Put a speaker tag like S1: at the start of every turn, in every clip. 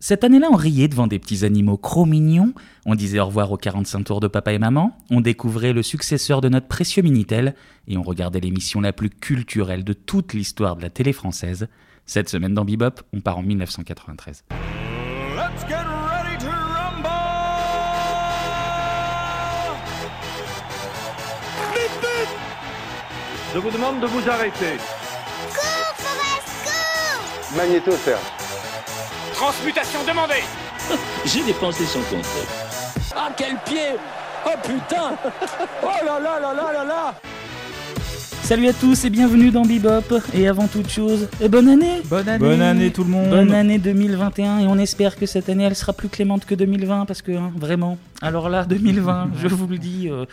S1: Cette année-là, on riait devant des petits animaux trop mignons, on disait au revoir aux 45 tours de papa et maman, on découvrait le successeur de notre précieux Minitel, et on regardait l'émission la plus culturelle de toute l'histoire de la télé française. Cette semaine dans Bebop, on part en 1993.
S2: Let's get ready to rumble!
S3: Je vous demande de vous arrêter.
S4: Magnéto, Serge.
S5: Transmutation demandée
S6: J'ai dépensé son compte.
S7: Ah, quel pied Oh putain Oh là là là là là là
S1: Salut à tous et bienvenue dans Bebop, et avant toute chose, et bonne année Bonne année
S8: Bonne année tout le monde
S1: Bonne année 2021 et on espère que cette année elle sera plus clémente que 2020 parce que hein, vraiment, alors là 2020, je vous le dis, euh,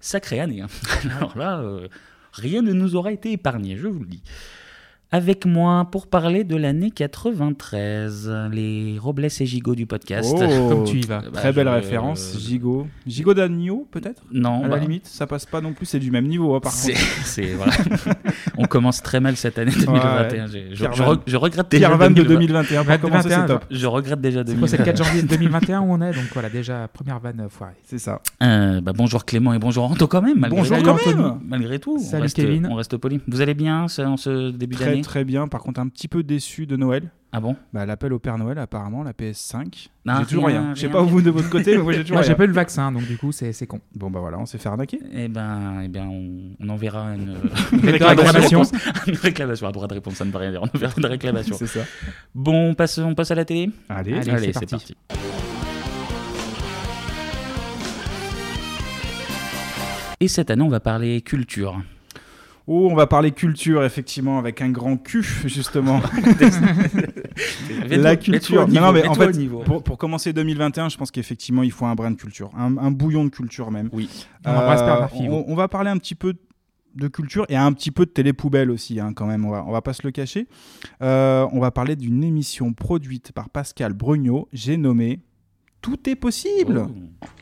S1: sacrée année. hein. Alors là, euh, rien ne nous aura été épargné, je vous le dis. Avec moi pour parler de l'année 93, les Robles et Gigot du podcast.
S8: Oh, comme tu y vas.
S1: Bah,
S8: Très belle
S1: je- euh,
S8: référence. Gigot. Gigot d'agneau, peut-être
S1: Non,
S8: À
S1: bah,
S8: la limite, ça passe pas non plus, c'est du même niveau, hein, par
S1: C'est,
S8: contre.
S1: c'est- voilà. on commence très mal cette année 2021. J'ai- je,
S8: Pierre
S1: je
S8: Van.
S1: re- je regrette déjà
S8: Pierre Van de
S9: bah,
S1: 2020.
S8: 2021, pour commencer, c'est
S9: 2021,
S8: top.
S1: Je regrette déjà
S9: bah. C'est quoi, c'est
S1: 2020.
S9: le 4 janvier 2021 où on est Donc voilà, déjà, première vanne euh, foirée.
S8: C'est ça.
S1: Euh, bah, bonjour Clément et bonjour Anto quand même. Malgré
S8: Bonjour
S1: tout.
S8: quand même
S1: Malgré tout, on
S9: Salut
S1: reste,
S9: Kevin.
S1: on reste poli. Vous allez bien ce- en ce début
S8: Très
S1: d'année
S8: très bien. Par contre, un petit peu déçu de Noël.
S1: Ah bon Ah,
S8: Bah, L'appel au Père Noël, apparemment, la PS5.
S1: Non,
S8: j'ai toujours
S1: rien,
S8: Ah, rien. Je sais
S1: rien,
S8: pas
S1: rien.
S8: vous de votre côté, mais moi j'ai toujours
S9: Moi, j'ai
S8: rien.
S9: pas eu le vaccin, donc du coup, c'est c'est con.
S8: Bon, bah voilà, on s'est fait arnaquer.
S1: Eh ben, eh ben on, on enverra une,
S9: réclamation.
S1: une réclamation. Un droit de réponse, ça ne veut rien dire. On enverra une réclamation.
S8: C'est ça.
S1: Bon, on passe, on passe à la télé
S8: Allez.
S9: Allez, c'est parti.
S1: Et cette année, on va parler culture.
S8: Oh, on va parler culture, effectivement, avec un grand cul, justement. la culture. Non, non, mais en fait, pour, pour commencer 2021, je pense qu'effectivement, il faut un brin de culture, un, un bouillon de culture même.
S1: Oui.
S9: On embrasse Pierre Barfi,
S8: Euh, on, on va parler un petit peu de culture et un petit peu de télé-poubelle aussi, hein, quand même. On va, on va pas se le cacher. Euh, on va parler d'une émission produite par Pascal Brugnot, j'ai nommé Tout est
S1: Oh.
S8: possible.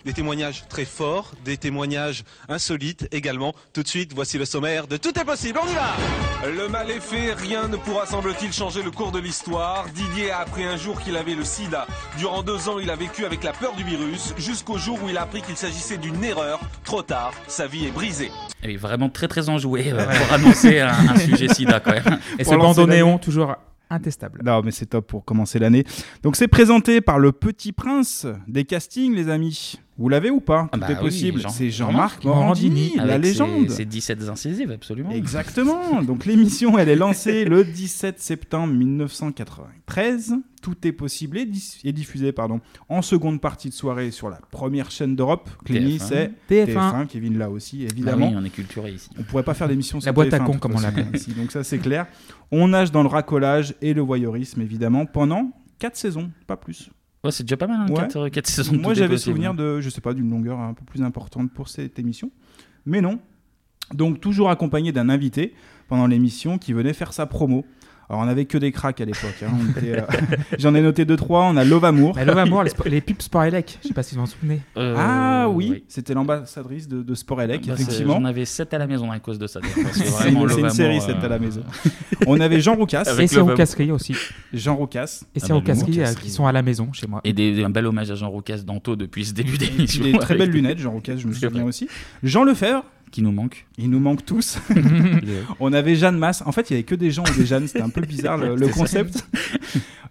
S10: Des témoignages très forts, des témoignages insolites également. Tout de suite, voici le sommaire de Tout est possible, on y va
S2: Le mal est fait, rien ne pourra semble-t-il changer le cours de l'histoire. Didier a appris un jour qu'il avait le sida. Durant deux ans, il a vécu avec la peur du virus, jusqu'au jour où il a appris qu'il s'agissait d'une erreur. Trop tard, sa vie est brisée.
S1: Elle est vraiment très très enjouée euh, pour annoncer un, un sujet sida quand même.
S9: Et
S8: Pour
S9: ce
S8: lancer
S9: bandeau
S8: l'année.
S9: néon, toujours intestable.
S8: Non, mais c'est top pour commencer l'année. Donc, c'est présenté par le Petit Prince des castings, les amis. Vous l'avez ou pas Tout
S1: Ah bah
S8: est
S1: oui,
S8: possible.
S1: Jean-
S8: c'est Jean-Marc Morandini, la
S1: Avec ses-
S8: légende.
S1: ses 17 incisives, absolument.
S8: Exactement. Donc l'émission, elle est lancée le 17 septembre 1993. Tout est possible et, dis- et diffusé pardon, en seconde partie de soirée sur la première chaîne d'Europe. Clémy,
S1: TF1.
S8: c'est
S9: TF1.
S8: TF1. Kevin là aussi,
S1: Bah
S8: évidemment.
S1: oui, on est culturé ici.
S8: On pourrait pas faire d'émission sur
S9: Ah hein. La boîte à
S8: TF1,
S9: cons,
S8: de toute
S9: comme on
S8: façon,
S9: l'appelle.
S8: ici. Donc ça, c'est clair. On nage dans le racolage et le voyeurisme, évidemment, pendant quatre saisons, pas plus.
S1: Ouais, c'est déjà pas mal, hein,
S8: Ouais.
S1: 4, saisons de
S8: Moi,
S1: Tout est
S8: j'avais
S1: possible. hein.
S8: souvenir de, je sais pas, d'une longueur un peu plus importante pour cette émission. Mais non. Donc, toujours accompagné d'un invité pendant l'émission qui venait faire sa promo. Alors, on n'avait que des cracks à l'époque. hein. On était, euh, J'en ai noté deux, trois. On a Love Amour.
S9: Mais Love Amour, Bah, les, spo- les pubs Sport Elec, je sais pas si vous vous en souvenez.
S1: Euh,
S8: Ah oui, c'était l'ambassadrice de, de Sport Elec,
S1: Bah, c'est-
S8: effectivement.
S1: J'en avais 7 à la maison à cause de ça. d'ailleurs, parce que
S8: C'est
S1: vraiment,
S8: une-
S1: Love
S8: c'est une
S1: Amour,
S8: série,
S1: euh,
S8: 7 à la maison. on avait Jean Roucas.
S1: Avec
S9: Et
S1: Love
S9: Siro
S1: Amour.
S9: Casserie aussi.
S8: Jean Roucas.
S9: Et
S1: Ah bah,
S9: Siro
S1: Laurent
S9: Casserie, euh,
S1: Casserie.
S9: qui sont à la maison chez moi.
S1: Et des- un bel hommage à Jean Roucas d'Anto depuis ce début
S8: Et puis
S1: d'émission.
S8: des très
S1: avec-
S8: belles lunettes, Jean Roucas, je me
S1: C'est
S8: souviens
S1: vrai.
S8: aussi. Jean Lefebvre,
S1: Qui nous manque.
S8: il nous manque tous.
S1: C'était
S8: On avait Jeanne Masse. En fait, il y avait que des gens ou des Jeannes. C'était un peu bizarre le, le
S1: C'est ça.
S8: concept.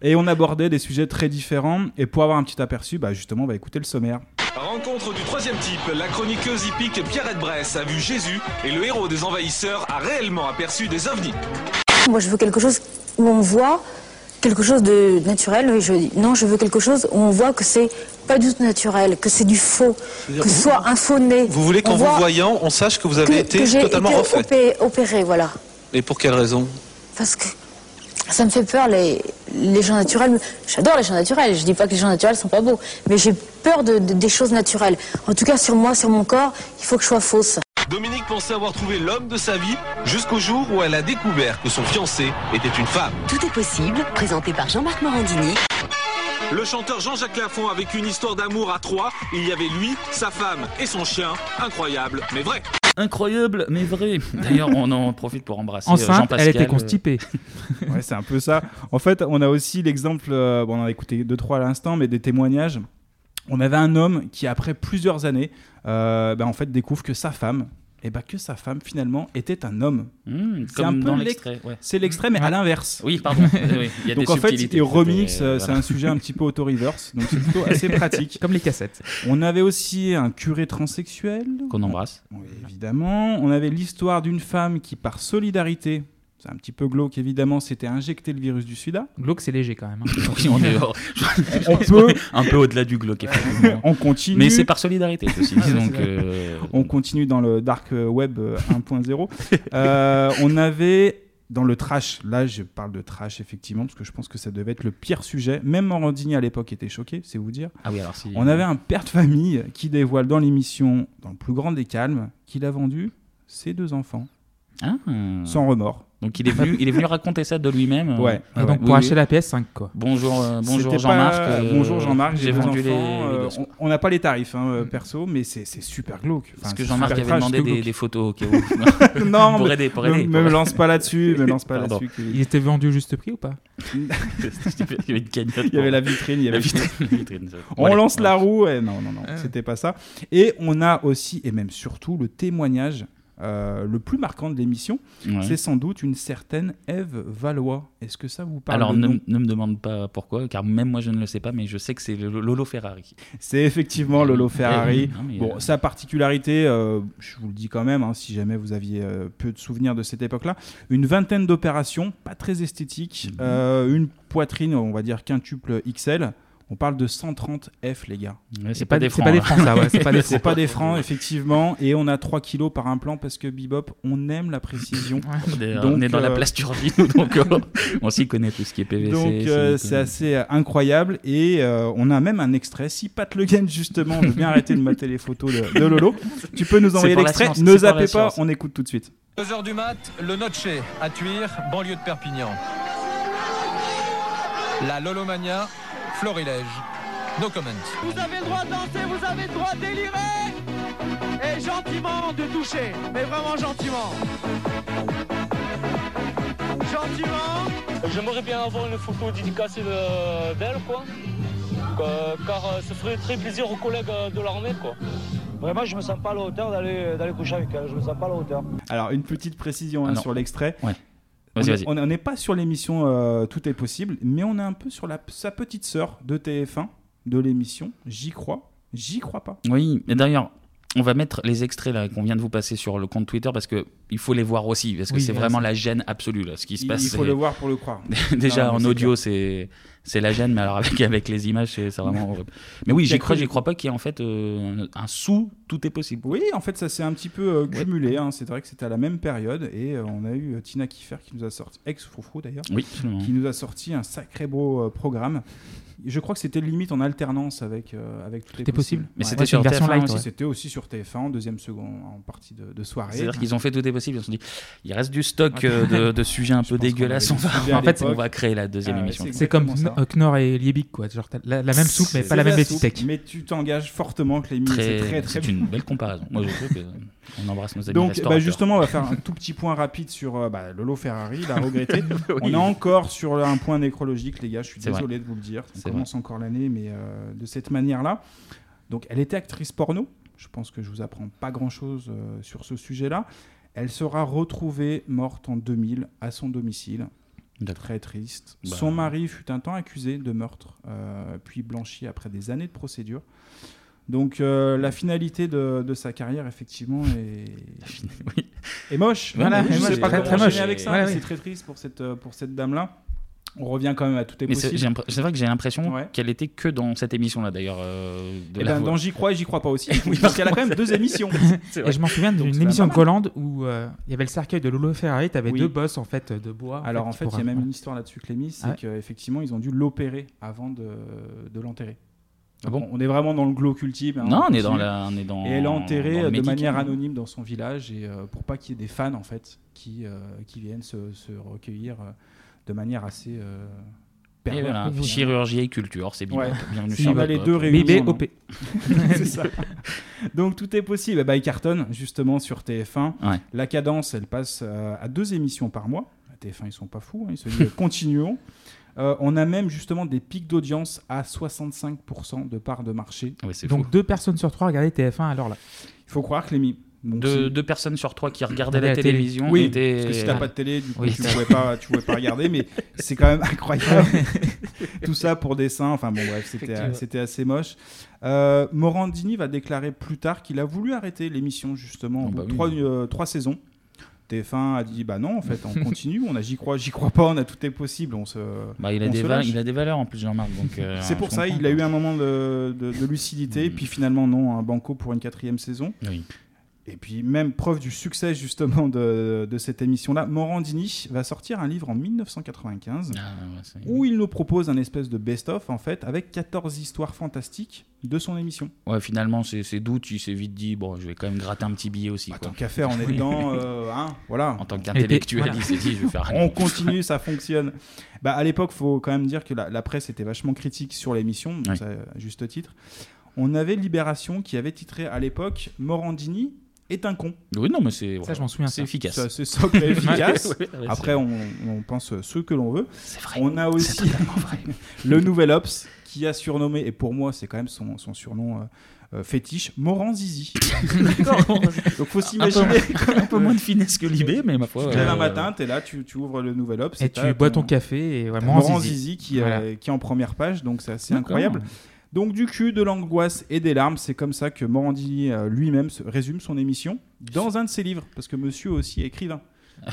S8: Et on abordait des sujets très différents. Et pour avoir un petit aperçu, bah justement, on va écouter le sommaire.
S2: Rencontre du troisième type, la chroniqueuse hippique Pierrette Bresse a vu Jésus et le héros des envahisseurs a réellement aperçu des ovnis.
S11: Moi, je veux quelque chose où on voit quelque chose de naturel. Et je dis non, je veux quelque chose où on voit que c'est pas du tout naturel, que c'est du faux, que ce soit un faux nez.
S10: Vous voulez qu'en
S11: On
S10: vous
S11: voit
S10: voyant, on sache que vous
S11: que,
S10: avez été
S11: que j'ai
S10: totalement
S11: été
S10: refait
S11: opé- opérée, voilà.
S10: Et pour quelle raison
S11: Parce que ça me fait peur les, les gens naturels. J'adore les gens naturels. Je dis pas que les gens naturels sont pas beaux, mais j'ai peur de- de- des choses naturelles. En tout cas, sur moi, sur mon corps, il faut que je sois fausse.
S10: Dominique pensait avoir trouvé l'homme de sa vie jusqu'au jour où elle a découvert que son fiancé était une femme.
S11: Tout est possible, présenté par Jean-Marc Morandini.
S2: Le chanteur Jean-Jacques Lafont a vécu une histoire d'amour à trois. Il y avait lui, sa femme et son chien. Incroyable, mais vrai.
S1: Incroyable, mais vrai. D'ailleurs, on en profite pour embrasser euh,
S9: Enceinte,
S1: Jean-Pascal.
S9: elle était
S1: euh,
S9: constipée.
S8: Ouais, c'est un peu ça. En fait, on a aussi l'exemple, euh, bon, on en a écouté deux, trois à l'instant, mais des témoignages. On avait un homme qui, après plusieurs années, euh, ben, en fait, découvre que sa femme, et ben, que sa femme, finalement, était un homme.
S1: Hmm,
S8: C'est
S1: comme
S8: un peu
S1: dans
S8: l'ex-
S1: l'extrait. ouais.
S8: C'est l'extrait, mais à l'inverse.
S1: Oui, pardon. Oui, oui, il y a
S8: Donc,
S1: des
S8: en fait,
S1: subtilités.
S8: il remix,
S1: C'était, euh,
S8: euh, c'est un sujet un petit peu auto-reverse, donc c'est plutôt assez pratique.
S9: Comme les cassettes.
S8: On avait aussi un curé transsexuel.
S1: Qu'on embrasse.
S8: Oui, évidemment. On avait l'histoire d'une femme qui, par solidarité, c'est un petit peu glauque évidemment, s'était injecté le virus du sida.
S9: Glauque, c'est léger quand même. hein.
S1: Oui, on est
S8: On peut,
S1: un peu au-delà du glauque, effectivement.
S8: on continue.
S1: Mais c'est par solidarité, ceci dit.
S9: Ah,
S1: Donc,
S9: c'est
S1: euh,
S8: On continue dans le dark web euh, 1.0. Euh, on avait dans le trash, là je parle de trash effectivement, parce que je pense que ça devait être le pire sujet. Même Morandini à l'époque était choqué, c'est vous dire.
S1: Ah oui, alors si.
S8: On avait un père de famille qui dévoile dans l'émission, dans le plus grand des calmes, qu'il a vendu ses deux enfants,
S1: Ah.
S8: sans remords.
S1: Donc il est venu, il est venu raconter ça de lui-même. euh,
S8: Ouais.
S1: ah
S9: donc
S1: oui,
S9: pour
S1: oui.
S9: acheter la PS5, quoi.
S1: Bonjour, euh, bonjour
S8: C'était
S1: Jean-Marc.
S8: pas,
S1: euh,
S8: bonjour Jean-Marc,
S1: J'ai
S8: j'ai deux enfants.
S1: vendu les. les
S8: euh,
S1: gosses.
S8: on- on n'a pas les tarifs hein, euh, perso, mais c'est c'est super glauque. Enfin,
S1: Parce que
S8: c'est
S1: Jean-Marc
S8: super
S1: avait
S8: trash,
S1: demandé
S8: tout
S1: des,
S8: glauque.
S1: des photos. ok, bon.
S8: Non,
S1: pour
S8: mais
S1: aider, pour
S8: me,
S1: aider.
S8: me lance pas là-dessus, me lance pas
S1: Pardon.
S8: là-dessus. qu'il-
S9: Il était vendu au juste prix ou pas
S1: Il y avait une cagnotte.
S8: Il y avait la vitrine, il y
S1: La
S8: avait
S1: vitrine. la vitrine, ça.
S8: On
S1: Bon, allez,
S8: lance
S1: on
S8: la
S1: lance.
S8: roue. Et non, non, non, c'était pas ça. Et on a aussi, et même surtout, le témoignage euh, le plus marquant de l'émission.
S1: Ouais.
S8: C'est sans doute une certaine Eve Valois. Est-ce que ça vous parle
S1: Alors
S8: de
S1: ne,
S8: nom
S1: ne me demande pas pourquoi, car même moi je ne le sais pas, mais je sais que c'est le- le Lolo Ferrari.
S8: C'est effectivement Lolo Ferrari.
S1: Eh oui, non, mais,
S8: Bon,
S1: euh,
S8: sa particularité, euh, je vous le dis quand même, hein, si jamais vous aviez euh, peu de souvenirs de cette époque-là, une vingtaine d'opérations, pas très esthétiques,
S1: Mhm.
S8: euh, une poitrine, on va dire quintuple XL. On parle de 130 F, les gars.
S1: ouais, c'est
S9: Et
S1: pas, des
S9: C'est
S1: francs.
S9: pas des
S1: hein.
S9: francs, ça, ouais. C'est pas des
S8: C'est
S9: francs.
S8: pas des francs, effectivement. Et on a 3 kilos par implant parce que Bebop, on aime la précision.
S9: Ouais.
S1: hein. On est-
S8: Donc,
S1: on est dans la
S8: euh,
S1: plasturgie, nous, donc euh, on s'y connaît tout ce qui est PVC.
S8: Donc euh, c'est
S1: silicone.
S8: assez euh, incroyable. Et euh, on a même un extrait. Si Pat Le Guen, justement, veut bien arrêter de mater les photos de, de Lolo, tu peux nous envoyer
S1: pour la
S8: l'extrait.
S1: science,
S8: Ne
S1: c'est pour la
S8: zappez pas,
S1: science.
S8: on écoute tout de suite.
S4: 2h du mat, le Noche à Tuir, banlieue de Perpignan. La Lolomania, florilège. No comment.
S5: Vous avez le droit de danser, vous avez le droit de délirer Et gentiment de toucher, mais vraiment gentiment. Gentiment.
S7: J'aimerais bien avoir une photo dédicacée de- d'elle, quoi. Euh, car euh, ça ferait très plaisir aux collègues euh, de l'armée, quoi. Vraiment, je me sens pas à la hauteur d'aller d'aller coucher avec elle. Je me sens pas à la hauteur.
S8: Alors, une petite précision
S1: Ah
S8: hein,
S1: non.
S8: sur l'extrait.
S1: Vas-y, vas-y.
S8: On on n'est pas sur l'émission euh, Tout est possible, mais on est un peu sur la, sa petite sœur de TF1 de l'émission. J'y crois. J'y crois pas.
S1: Oui, mais d'ailleurs, on va mettre les extraits là qu'on vient de vous passer sur le compte Twitter parce que il faut les voir aussi parce que
S9: Oui,
S1: c'est
S9: là,
S1: vraiment
S9: c'est-
S1: la gêne absolue là, ce qui se
S8: Il,
S1: passe.
S8: il faut
S1: c'est-
S8: le voir pour le croire.
S1: Déjà
S8: Non, mais
S1: en
S8: c'est
S1: audio c'est c'est la gêne, mais alors avec avec les images c'est c'est vraiment horrible. Mais oui,
S8: Il y a
S1: j'y crois,
S8: que-
S1: j'y crois pas qu'il y ait en fait euh, un sou tout est possible.
S8: Oui, en fait, ça s'est un petit peu euh, cumulé. hein. C'est vrai que c'était à la même période et euh, on a eu euh, Tina Kiffer qui nous a sorti, ex-Froufrou d'ailleurs,
S1: Oui, absolument.
S8: qui nous a sorti un sacré beau euh, programme. Je crois que c'était limite en alternance avec, euh, avec Tout, est
S9: est possible.
S1: Mais
S8: Ouais.
S1: c'était
S9: Ouais, c'est
S1: sur
S9: une version
S1: TF1
S9: light,
S1: aussi.
S9: ouais.
S8: C'était aussi sur TF1 en deuxième seconde en partie de, de soirée.
S1: C'est-à-dire qu'ils ont fait tout est possible. Ils se sont dit, il reste du stock euh, de, de sujets un
S8: Je
S1: peu
S8: pense qu'on
S1: dégueulasses. On
S8: avait
S1: va,
S8: des sujets à
S1: en fait,
S8: l'époque.
S1: on va créer la deuxième
S8: Ah ouais,
S1: émission.
S8: c'est-
S9: C'est comme
S8: Exactement ça.
S9: Kn- Knorr et Liebig, quoi. Genre, t'as la, la même soupe, mais
S1: C'est-
S9: pas la
S8: C'est
S9: même
S8: soupe,
S9: étiquette.
S8: Mais tu t'engages fortement, Clémy. C'est
S1: Très-
S8: très très
S1: C'est une belle comparaison. Moi, je trouve que on embrasse nos amis
S8: Donc, bah,
S1: restaurateurs.
S8: justement, on va faire un tout petit point rapide sur euh, bah, Lolo Ferrari, la regrettée.
S1: Oui.
S8: On est encore sur un point nécrologique, les gars. Je suis
S1: C'est
S8: désolé de vous le dire. On
S1: C'est
S8: commence encore l'année, mais euh, de cette manière-là. Donc, elle était actrice porno. Je pense que je vous apprends pas grand-chose euh, sur ce sujet-là. Elle sera retrouvée morte en 2000 à son domicile.
S1: D'accord.
S8: Très triste.
S1: Bah.
S8: Son mari fut un temps accusé de meurtre, euh, puis blanchi après des années de procédure. Donc euh, la finalité de, de sa carrière, effectivement, est,
S1: Oui.
S8: et moche.
S1: Ouais,
S8: voilà,
S1: mais oui,
S8: et moche.
S1: c'est
S8: Je sais pas
S1: très,
S8: comment
S1: très
S8: enchaîner
S1: moche.
S8: avec ça,
S1: Ouais,
S8: mais
S1: ouais.
S8: c'est très triste pour cette, euh, pour cette dame-là. On revient quand même à tout est
S1: Mais c'est j'ai
S8: possible.
S1: l'impr- c'est vrai que j'ai l'impression
S8: Ouais.
S1: qu'elle était que dans cette émission-là, d'ailleurs. euh, de
S8: Et
S1: la
S8: ben,
S1: voix.
S8: dans J'y crois et J'y crois pas aussi. parce qu'elle a quand même deux émissions.
S9: Et je m'en souviens
S8: Donc,
S9: d'une
S8: c'est
S9: émission
S8: pas
S9: de Hollande où euh, il y avait le cercueil de Lolo Ferrari, t'avais
S8: Oui.
S9: deux bosses en fait de bois.
S8: Alors en
S9: qui
S8: fait, il y a
S9: pourraient-
S8: même une histoire là-dessus, Clémy, c'est
S9: Ah ouais.
S8: qu'effectivement, ils ont dû l'opérer avant de, de l'enterrer.
S1: Ah bon
S8: On est vraiment dans le glauque ultime. hein,
S1: Non, on est dans
S8: continue.
S1: la, on est dans.
S8: Et elle est
S1: dans
S8: enterrée
S1: le
S8: euh, de
S1: médical.
S8: manière anonyme dans son village et euh, pour pas qu'il y ait des fans en fait qui, euh, qui viennent se, se recueillir euh, de manière assez euh,
S1: Et voilà,
S8: Pervers.
S1: chirurgie et culture, c'est Bebop.
S8: Ouais.
S1: Bienvenue
S8: S'il
S1: sur
S8: va les
S1: Bebop.
S8: deux réunis,
S1: Bébé
S8: on-
S1: OP.
S8: C'est ça. Donc tout est possible. Bah, Carton, justement, sur TF1,
S1: Ouais.
S8: la cadence, elle passe euh, à deux émissions par mois. À TF1, ils sont pas fous. hein, ils se disent continuons. Euh, on a même justement des pics d'audience à 65% de part de marché.
S9: Donc deux personnes sur trois regardaient TF1 alors là.
S8: Il faut croire, Clémy. Donc,
S1: Deux,
S8: si-
S1: deux personnes sur trois qui regardaient la, télévision.
S8: Oui,
S1: étaient-
S8: parce que si t'as pas de télé, du coup,
S1: Oui,
S8: tu,
S1: t'as-
S8: pouvais pas, tu pouvais pas regarder, mais c'est quand même incroyable. Tout ça pour dessin. Enfin bon, bref, c'était
S1: Effectivement.
S8: c'était assez moche. Euh, Morandini va déclarer plus tard qu'il a voulu arrêter l'émission,
S1: Ah
S8: justement, au
S1: bah
S8: bout de trois, euh, trois saisons. TF1 a dit bah non en fait on continue on a j'y crois j'y crois pas on a tout est possible on se
S1: Bah, il, a
S8: on
S1: des
S8: se
S1: va-
S8: lâche.
S1: il a des valeurs en plus, Jean-Marc. donc, euh,
S8: C'est pour
S1: je
S8: ça,
S1: comprends. Hmm.
S8: il a eu un moment de, de- de lucidité, puis finalement, non, un banco pour une quatrième saison.
S1: Oui.
S8: Et puis, même preuve du succès, justement, de, de cette émission-là, Morandini va sortir un livre en 1995
S1: Ah,
S8: où il nous propose un espèce de best-of, en fait, avec 14 histoires fantastiques de son émission.
S1: Ouais, finalement, c'est c'est doute, il s'est vite dit bon, je vais quand même gratter un petit billet
S8: Bah,
S1: aussi. En tant
S8: qu'affaire, on est dedans, euh, hein, voilà.
S1: En tant qu'intellectuel, il s'est dit je vais faire un
S8: On continue, ça fonctionne. Bah, à l'époque, faut quand même dire que la, la presse était vachement critique sur l'émission, donc
S1: Oui.
S8: ça, à juste titre. On avait Libération qui avait titré à l'époque Morandini est un con.
S1: Oui, non, mais c'est. voilà,
S9: je m'en souviens,
S1: C'est
S9: ça.
S1: efficace.
S8: Ça, C'est ça, c'est efficace.
S1: Ouais, ouais, ouais,
S8: Après,
S1: c'est-
S8: on, on pense ce que l'on veut. On a aussi le nouvel Ops qui a surnommé, et pour moi, c'est quand même son, son surnom. euh, euh, fétiche Moran Zizi. Donc faut s'imaginer
S1: Un peu, un peu moins de finesse que Libé, mais ma foi.
S8: tu te
S1: euh,
S8: lèves euh, un matin, t'es là, tu, tu ouvres le nouvel Obs.
S9: Et
S8: t'as
S9: tu bois ton café et ouais,
S8: t'as
S9: Moran
S8: Moran
S9: Zizi.
S8: Zizi qui,
S9: Voilà.
S8: euh, qui est en première page, donc c'est assez
S9: D'accord.
S8: incroyable. Donc du cul, de l'angoisse et des larmes, c'est comme ça que Morandini euh, lui-même se- résume son émission dans un de ses livres, parce que monsieur aussi est écrivain.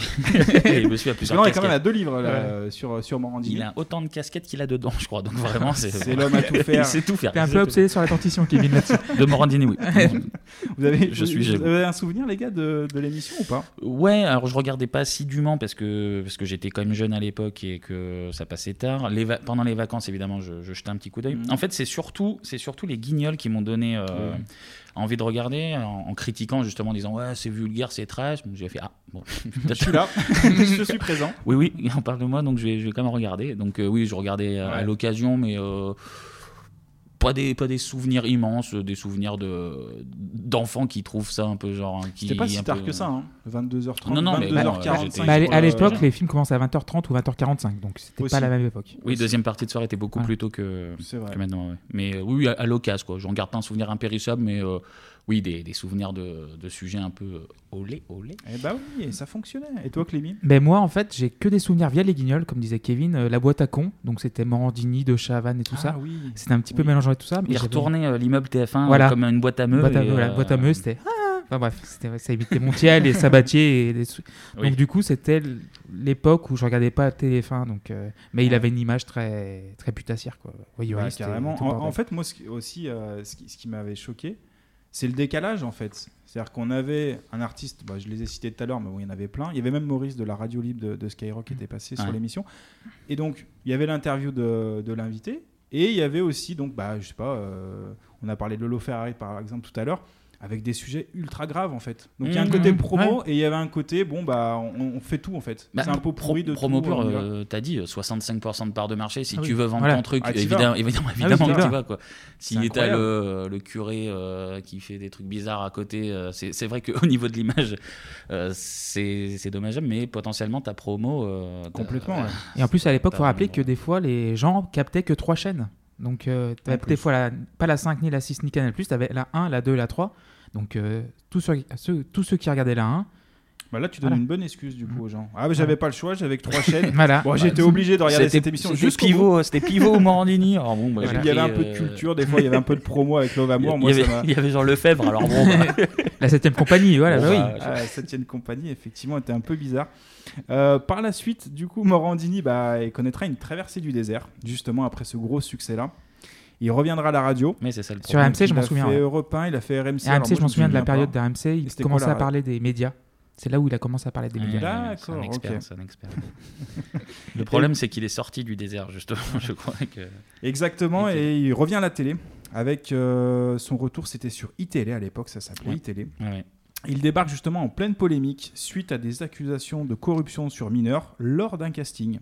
S1: Et monsieur a
S8: Parce que
S1: plusieurs
S8: là, on est
S1: casquettes.
S8: quand même à deux livres là,
S1: Ouais.
S8: euh, sur, sur Morandini.
S1: Il a autant de casquettes qu'il a dedans, je crois. Donc vraiment, c'est.
S8: C'est l'homme à tout faire.
S1: Il sait tout faire.
S9: T'es un peu obsédé sur la dentition, Kevin, là-dessus.
S1: De Morandini, oui.
S8: Vous avez,
S1: Je
S8: vous-
S1: suis
S8: vous
S1: jaloux.
S8: avez un souvenir, les gars, de, de l'émission ou pas
S1: Ouais, alors je regardais pas assidûment parce que, parce que j'étais quand même jeune à l'époque et que ça passait tard. Les va- pendant les vacances, évidemment, je, je jetais un petit coup d'œil.
S8: Mhm.
S1: En fait, c'est surtout, c'est surtout les guignols qui m'ont donné euh,
S8: Oui.
S1: envie de regarder en, en critiquant justement, en disant Ouais, c'est vulgaire, c'est trash. J'ai fait Ah, bon,
S8: Je suis là, je suis présent.
S1: Oui, oui, on parle de moi, donc je vais, je vais quand même regarder. Donc euh, oui, je regardais euh, à
S8: Ouais.
S1: l'occasion, mais euh, pas, des, pas des souvenirs immenses, des souvenirs de, d'enfants qui trouvent ça un peu genre... hein, qui,
S8: C'était pas si
S1: un
S8: tard
S1: peu-
S8: que ça, hein. 22h30,
S1: Non, non, mais
S8: 22h45.
S9: Bah, à l'é- à l'époque,
S8: sur euh, le-
S9: les films commençaient à 20h30 ou 20h45, donc c'était
S8: Aussi.
S9: pas la même époque.
S1: euh, Oui, deuxième partie de soirée était beaucoup plus tôt que,
S8: vrai.
S1: que maintenant. ouais. Mais euh, oui, à, à l'occasion, quoi. J'en garde pas un souvenir impérissable, mais euh, oui, des, des souvenirs de, de sujets un peu euh, olé, olé.
S8: Eh bah oui, et ça fonctionnait. Et toi, Clémy
S9: Mais Ben, moi, en fait, j'ai que des souvenirs via les guignols, comme disait Kevin, euh, la boîte à con, donc c'était Morandini, De Chavannes et tout ça.
S8: Ah oui.
S9: C'était un petit peu mélangeant et tout ça. mais
S1: Il
S9: j'avais-
S1: retournait euh, l'immeuble TF1
S9: Voilà.
S1: comme une boîte à meux.
S9: Boîte à
S1: et,
S9: meux, voilà,
S1: euh,
S9: boîte à meux, c'était. Ah Enfin bref, c'était- ça évitait Montiel et Sabatier. Et des sou-
S1: Oui.
S9: Donc du coup, c'était l- l'époque où je regardais pas TF1, donc, euh, mais il avait une image très, très putassière. Quoi. Oui,
S8: Bah,
S9: oui, c'était
S8: carrément.
S9: tout
S8: En,
S9: bordel.
S8: en fait, moi, ce qui, aussi, euh, ce qui, ce qui m'avait choqué, c'est le décalage, en fait. C'est-à-dire qu'on avait un artiste, bah, je les ai cités tout à l'heure, mais bon, il y en avait plein. Il y avait même Maurice de la radio libre de, de Skyrock qui était passé sur
S1: Ouais.
S8: l'émission. Et donc, il y avait l'interview de, de l'invité. Et il y avait aussi, donc, bah, je sais pas, euh, on a parlé de Lolo Ferrari, par exemple, tout à l'heure, avec des sujets ultra graves, en fait. Donc, il y a un
S1: Mmh,
S9: Mhm.
S8: côté promo et il y avait un côté, bon, bah, on, on fait tout, en fait.
S1: Bah,
S8: c'est un
S1: pro-
S8: peu pourri de
S1: promo
S8: tout,
S1: pur,
S8: on y va.
S1: euh, t'as dit euh, 65% de part de marché. Si
S9: Ah
S1: tu
S9: oui.
S1: veux vendre
S9: Voilà.
S1: ton truc,
S8: Ah, t'y
S1: évidemment,
S8: vas.
S1: évidemment,
S8: Ah oui,
S1: évidemment
S8: t'y
S1: que
S8: vas.
S1: tu vas. Quoi. Si
S8: C'est
S1: t'as
S8: incroyable.
S1: le, le curé euh, qui fait des trucs bizarres à côté, euh, c'est c'est vrai qu'au niveau de l'image, euh, c'est c'est dommageable, mais potentiellement ta promo. euh, t'as-
S8: Complètement, ouais.
S9: Et en plus, à l'époque, il faut
S1: T'as-
S9: rappeler que des fois, les gens captaient que trois chaînes. Donc, euh, t'avais des fois la- pas la 5, ni la 6, ni Canal+, t'avais la 1, la 2, la 3. Donc, euh, tous, ceux, ceux- tous ceux qui regardaient la 1...
S8: Bah là, tu donnes
S9: Voilà. Mm.
S8: une bonne excuse du coup aux gens. Ah, mais j'avais pas le choix, j'avais que trois chaînes.
S9: Voilà.
S8: Bon, j'étais obligé de regarder cette émission
S1: C'était
S8: jusqu'au
S1: pivot, c'était pivot au Morandini. Alors bon, bah,
S8: bout. Et puis,
S1: j'ai
S8: Il y avait
S1: pris,
S8: un peu de
S1: euh,
S8: culture, des fois il y avait un peu de promo avec Love
S1: Il y,
S8: Amour. Moi,
S1: il y
S8: ça
S1: avait,
S8: m'a.
S1: il y avait genre Lefebvre, alors bon. bah,
S9: la 7 compagnie, voilà,
S1: Bon,
S9: bah oui.
S1: bah,
S8: Ah, la septième compagnie, effectivement, était un peu bizarre. Euh, par la suite, du coup, Morandini bah, il connaîtra une traversée du désert, justement après ce gros succès-là. Il reviendra à la radio.
S1: Mais c'est ça le
S9: Sur
S1: problème.
S9: AMC, je
S8: Il
S9: m'en
S8: a
S9: souviens,
S8: fait
S9: ouais.
S8: Europe 1, il a fait RMC.
S9: Et RMC, je m'en souviens de la période
S8: d'RMC.
S9: d'RMC, il
S8: C'était
S9: commençait
S8: quoi, Ah,
S9: à
S8: la-
S9: parler des médias. C'est là où il a commencé à parler des médias.
S1: Ouais, c'est un
S8: D'accord,
S1: expert,
S8: ok.
S1: c'est un expert. Le problème, c'est qu'il est sorti du désert, justement, je crois. que...
S8: Exactement, et il revient à la télé. Avec euh, son retour, c'était sur iTélé à l'époque, ça s'appelait
S1: Ouais.
S8: iTélé.
S1: Ouais.
S8: Il débarque justement en pleine polémique suite à des accusations de corruption sur mineurs lors d'un casting.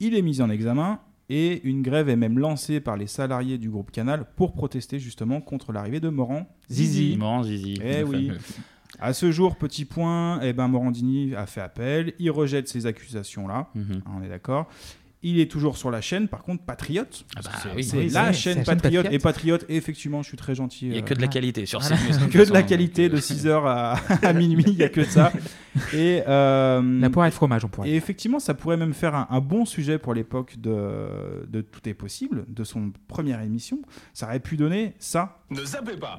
S8: Il est mis en examen Et une grève est même lancée par les salariés du groupe Canal pour protester justement contre l'arrivée de Morand Zizi.
S1: Morand Zizi,
S8: Eh
S1: le
S8: oui.
S1: fameux.
S8: À ce jour, petit point, eh ben Morandini a fait appel, il rejette ces accusations-là,
S1: Mhm.
S8: Hein, on est d'accord. Il est toujours sur la chaîne, par contre, Patriote. Parce que c'est
S1: Ah bah oui,
S8: c'est
S1: oui,
S8: la
S1: oui,
S8: chaîne
S1: c'est la chaîne
S8: Patriote.
S1: Patriote.
S8: Et Patriote, effectivement, je suis très gentil.
S1: Il y a
S8: euh,
S1: que de la qualité sur
S8: voilà.
S1: CNews, de toute
S8: Que de la
S1: façon,
S8: qualité
S1: donc, euh,
S8: de 6h à, à minuit, il n'y a que ça. Et, euh,
S9: La poire et le fromage, on pourrait
S8: Et effectivement, ça pourrait même faire un, un bon sujet pour l'époque de, de Tout est possible, de son première émission. Ça aurait pu donner ça.
S2: Ne zappez pas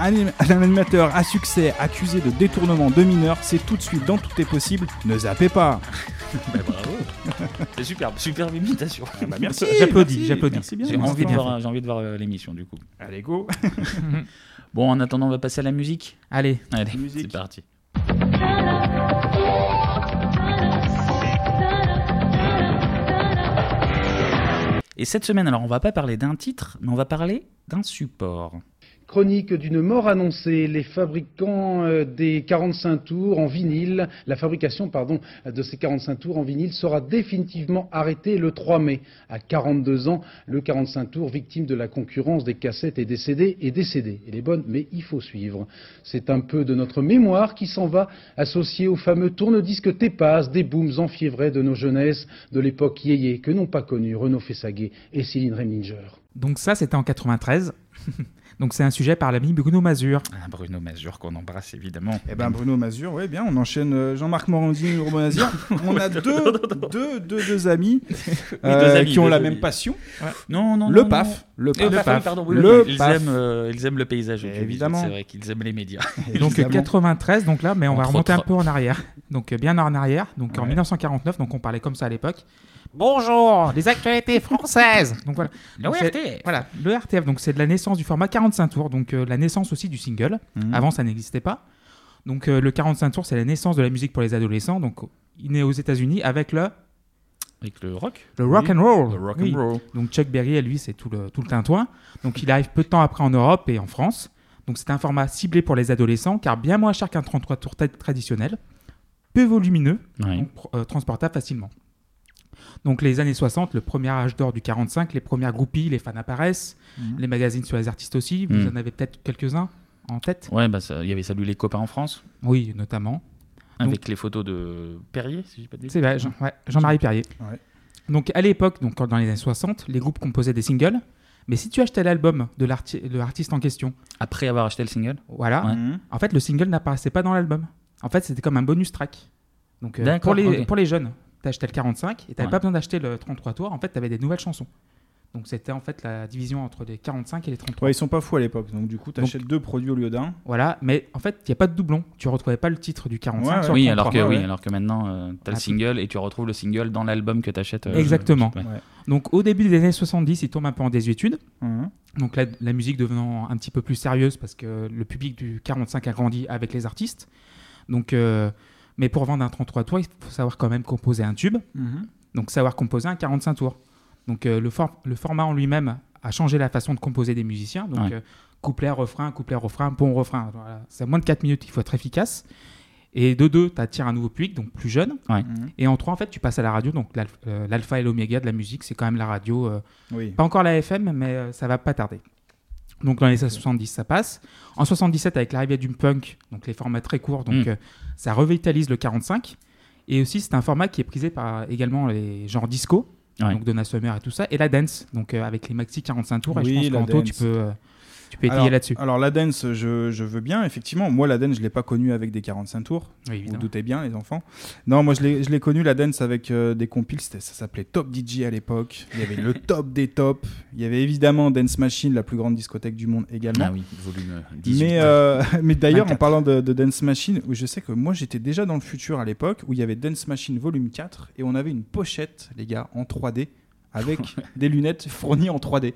S8: Un anim- un animateur à succès accusé de détournement de mineurs, c'est tout de suite dans Tout est possible. Ne zappez pas
S1: Bah, bravo. C'est superbe, superbe imitation.
S8: bah, merci, J'applaudis, merci, j'applaudis. merci bien,
S1: J'ai
S8: merci
S1: envie, de
S8: bien
S1: voir-
S8: fait.
S1: j'ai envie de voir euh, l'émission du coup.
S8: Allez, go
S1: Bon, en attendant, on va passer à la musique.
S9: Allez,
S1: Allez c'est parti. Et cette semaine, alors on va pas parler d'un titre, mais on va parler d'un support.
S12: Chronique d'une mort annoncée, les fabricants euh, des 45 tours en vinyle, la fabrication pardon, de ces 45 tours en vinyle sera définitivement arrêtée le 3 mai. À 42 ans, le 45 tours, victime de la concurrence des cassettes, est décédé et décédé. Elle est bonne, mais il faut suivre. C'est un peu de notre mémoire qui s'en va, associé au fameux tourne-disque Tépaz, des booms enfiévrés de nos jeunesses, de l'époque yéyé, que n'ont pas connu Renaud Fessaguet et Céline Reminger.
S9: Donc ça, c'était en 93. Donc c'est un sujet par l'ami Bruno Mazur.
S1: Ah, Bruno Mazur qu'on embrasse évidemment.
S8: Eh ben Bruno Mazur, oui bien, on enchaîne euh, Jean-Marc Morandini, Bruno Mazur. On a deux, deux, deux, deux amis, euh,
S1: deux amis,
S8: qui ont
S1: deux
S8: la
S1: amis.
S8: même passion.
S1: Non, non,
S8: le
S1: non,
S8: PAF,
S1: non.
S8: le
S1: Ah,
S8: PAF,
S1: le PAF, pardon, oui,
S8: le
S1: ils,
S8: PAF.
S1: Aiment, euh, ils aiment le paysage. audiovisuel,
S8: Évidemment.
S1: C'est vrai qu'ils aiment les médias.
S9: Donc
S1: Évidemment.
S9: 93, donc là, mais on va
S1: Entre
S9: remonter un
S1: autres.
S9: peu en arrière. Donc euh, bien en arrière, donc en
S1: Ouais.
S9: 1949, donc on parlait comme ça à l'époque. Bonjour, les actualités françaises. Donc voilà.
S1: Le
S9: Donc, c'est-
S1: RTF.
S9: Voilà, le RTF. Donc c'est de la naissance du format 45 tours, donc euh, la naissance aussi du single.
S1: Mhm.
S9: Avant ça n'existait pas. Donc euh, le 45 tours, c'est la naissance de la musique pour les adolescents. Donc il naît aux États-Unis avec le
S1: Avec le rock.
S9: le rock and roll.
S1: Le rock
S9: Oui.
S1: and roll.
S9: Donc Chuck Berry, et lui, c'est tout le, tout le tintouin. Donc il arrive peu de temps après en Europe et en France. Donc c'est un format ciblé pour les adolescents, car bien moins cher qu'un 33 tours ta- traditionnel, peu volumineux,
S1: Ouais.
S9: donc pr- euh, transportable facilement. Donc les années 60, le premier âge d'or du 45, les premières groupies, les fans apparaissent,
S1: Mhm.
S9: les magazines sur les artistes aussi, vous
S1: Mhm.
S9: en avez peut-être quelques-uns en tête
S1: Ouais, bah, ça- il y avait Salut les copains en France.
S9: Oui, notamment.
S1: Avec les photos de Perrier, si je dis pas de
S9: C'est vrai, Jean- ouais,
S1: marie
S9: Jean-Marie Perrier. Donc à l'époque, donc dans les années 60, les groupes composaient des singles. Mais si tu achetais l'album de l'arti- de l'artiste en question,
S1: Après avoir acheté le single
S9: voilà,
S1: Ouais.
S9: en fait le single n'apparaissait pas dans l'album. En fait, c'était comme un bonus track. Donc euh,
S1: D'accord,
S9: pour, les,
S1: ok.
S9: pour les jeunes, t'achetais le 45 et t'avais
S1: Ouais.
S9: pas besoin d'acheter le 33 tours. En fait, t'avais des nouvelles chansons. Donc c'était en fait la division entre les 45 et les 33.
S8: Ouais, ils sont pas fous à l'époque, donc du coup, t'achètes deux produits au lieu d'un.
S9: Voilà, mais en fait, il n'y a pas de doublon. Tu retrouvais pas le titre du 45 sur le
S1: oui, alors que,
S9: 33.
S1: oui, alors que maintenant, euh, t'as le
S9: Ah,
S1: single et tu retrouves le single dans l'album que t'achètes. euh,
S9: Exactement.
S1: ouais.
S9: Donc au début des années 70, il tombe un peu en désuétude.
S8: Mmh.
S1: Mhm.
S9: Donc la, la musique devenant un petit peu plus sérieuse parce que le public du 45 a grandi avec les artistes. Donc, euh, mais pour vendre un 33 tours, il faut savoir quand même composer un tube.
S8: Mhm.
S9: Donc savoir composer un 45 tours. Donc euh, le, for- le format en lui-même a changé la façon de composer des musiciens. Donc
S1: Ouais.
S9: euh, couplet, refrain, couplet, refrain, bon refrain. Voilà. C'est à moins de 4 minutes, il faut être efficace. Et de deux, tu attires un nouveau public, donc plus jeune.
S1: Ouais.
S8: Mmh.
S1: Mhm.
S9: Et en trois, en fait, tu passes à la radio. Donc l'al- euh, l'alpha et l'oméga de la musique, c'est quand même la radio. euh,
S8: Oui.
S9: Pas encore la FM, mais euh, ça va pas tarder. Donc dans les années 70, ça passe. En 77, avec l'arrivée du punk, donc les formats très courts, donc
S1: Mm.
S9: euh, ça revitalise le 45. Et aussi, c'est un format qui est prisé par également les genres disco,
S1: Ouais.
S9: donc Donna Summer et tout ça, et la dance, donc euh, avec les maxi 45 tours. et je
S8: la
S9: pense qu'Anto, tu
S8: dance.
S9: peux, euh, tu peux étayer
S8: Alors-
S9: là-dessus.
S8: Alors, la dance, je, je veux bien, effectivement. Moi, la dance, je l'ai pas connue avec des 45 tours.
S1: euh,
S9: Oui,
S8: vous
S9: évidemment.
S8: doutez bien, les enfants. Non, moi, je l'ai je l'ai connue, la dance, avec euh, des compiles. C'était- Ça s'appelait Top DJ à l'époque. Il y avait le top des tops. Il y avait évidemment Dance Machine, la plus grande discothèque du monde également.
S1: Ah oui, volume euh, 18.
S8: Mais, euh, mais d'ailleurs, en parlant de, de Dance Machine, où je sais que moi j'étais déjà dans le futur à l'époque où il y avait Dance Machine volume 4 et on avait une pochette, les gars, en 3D avec des lunettes fournies en 3D.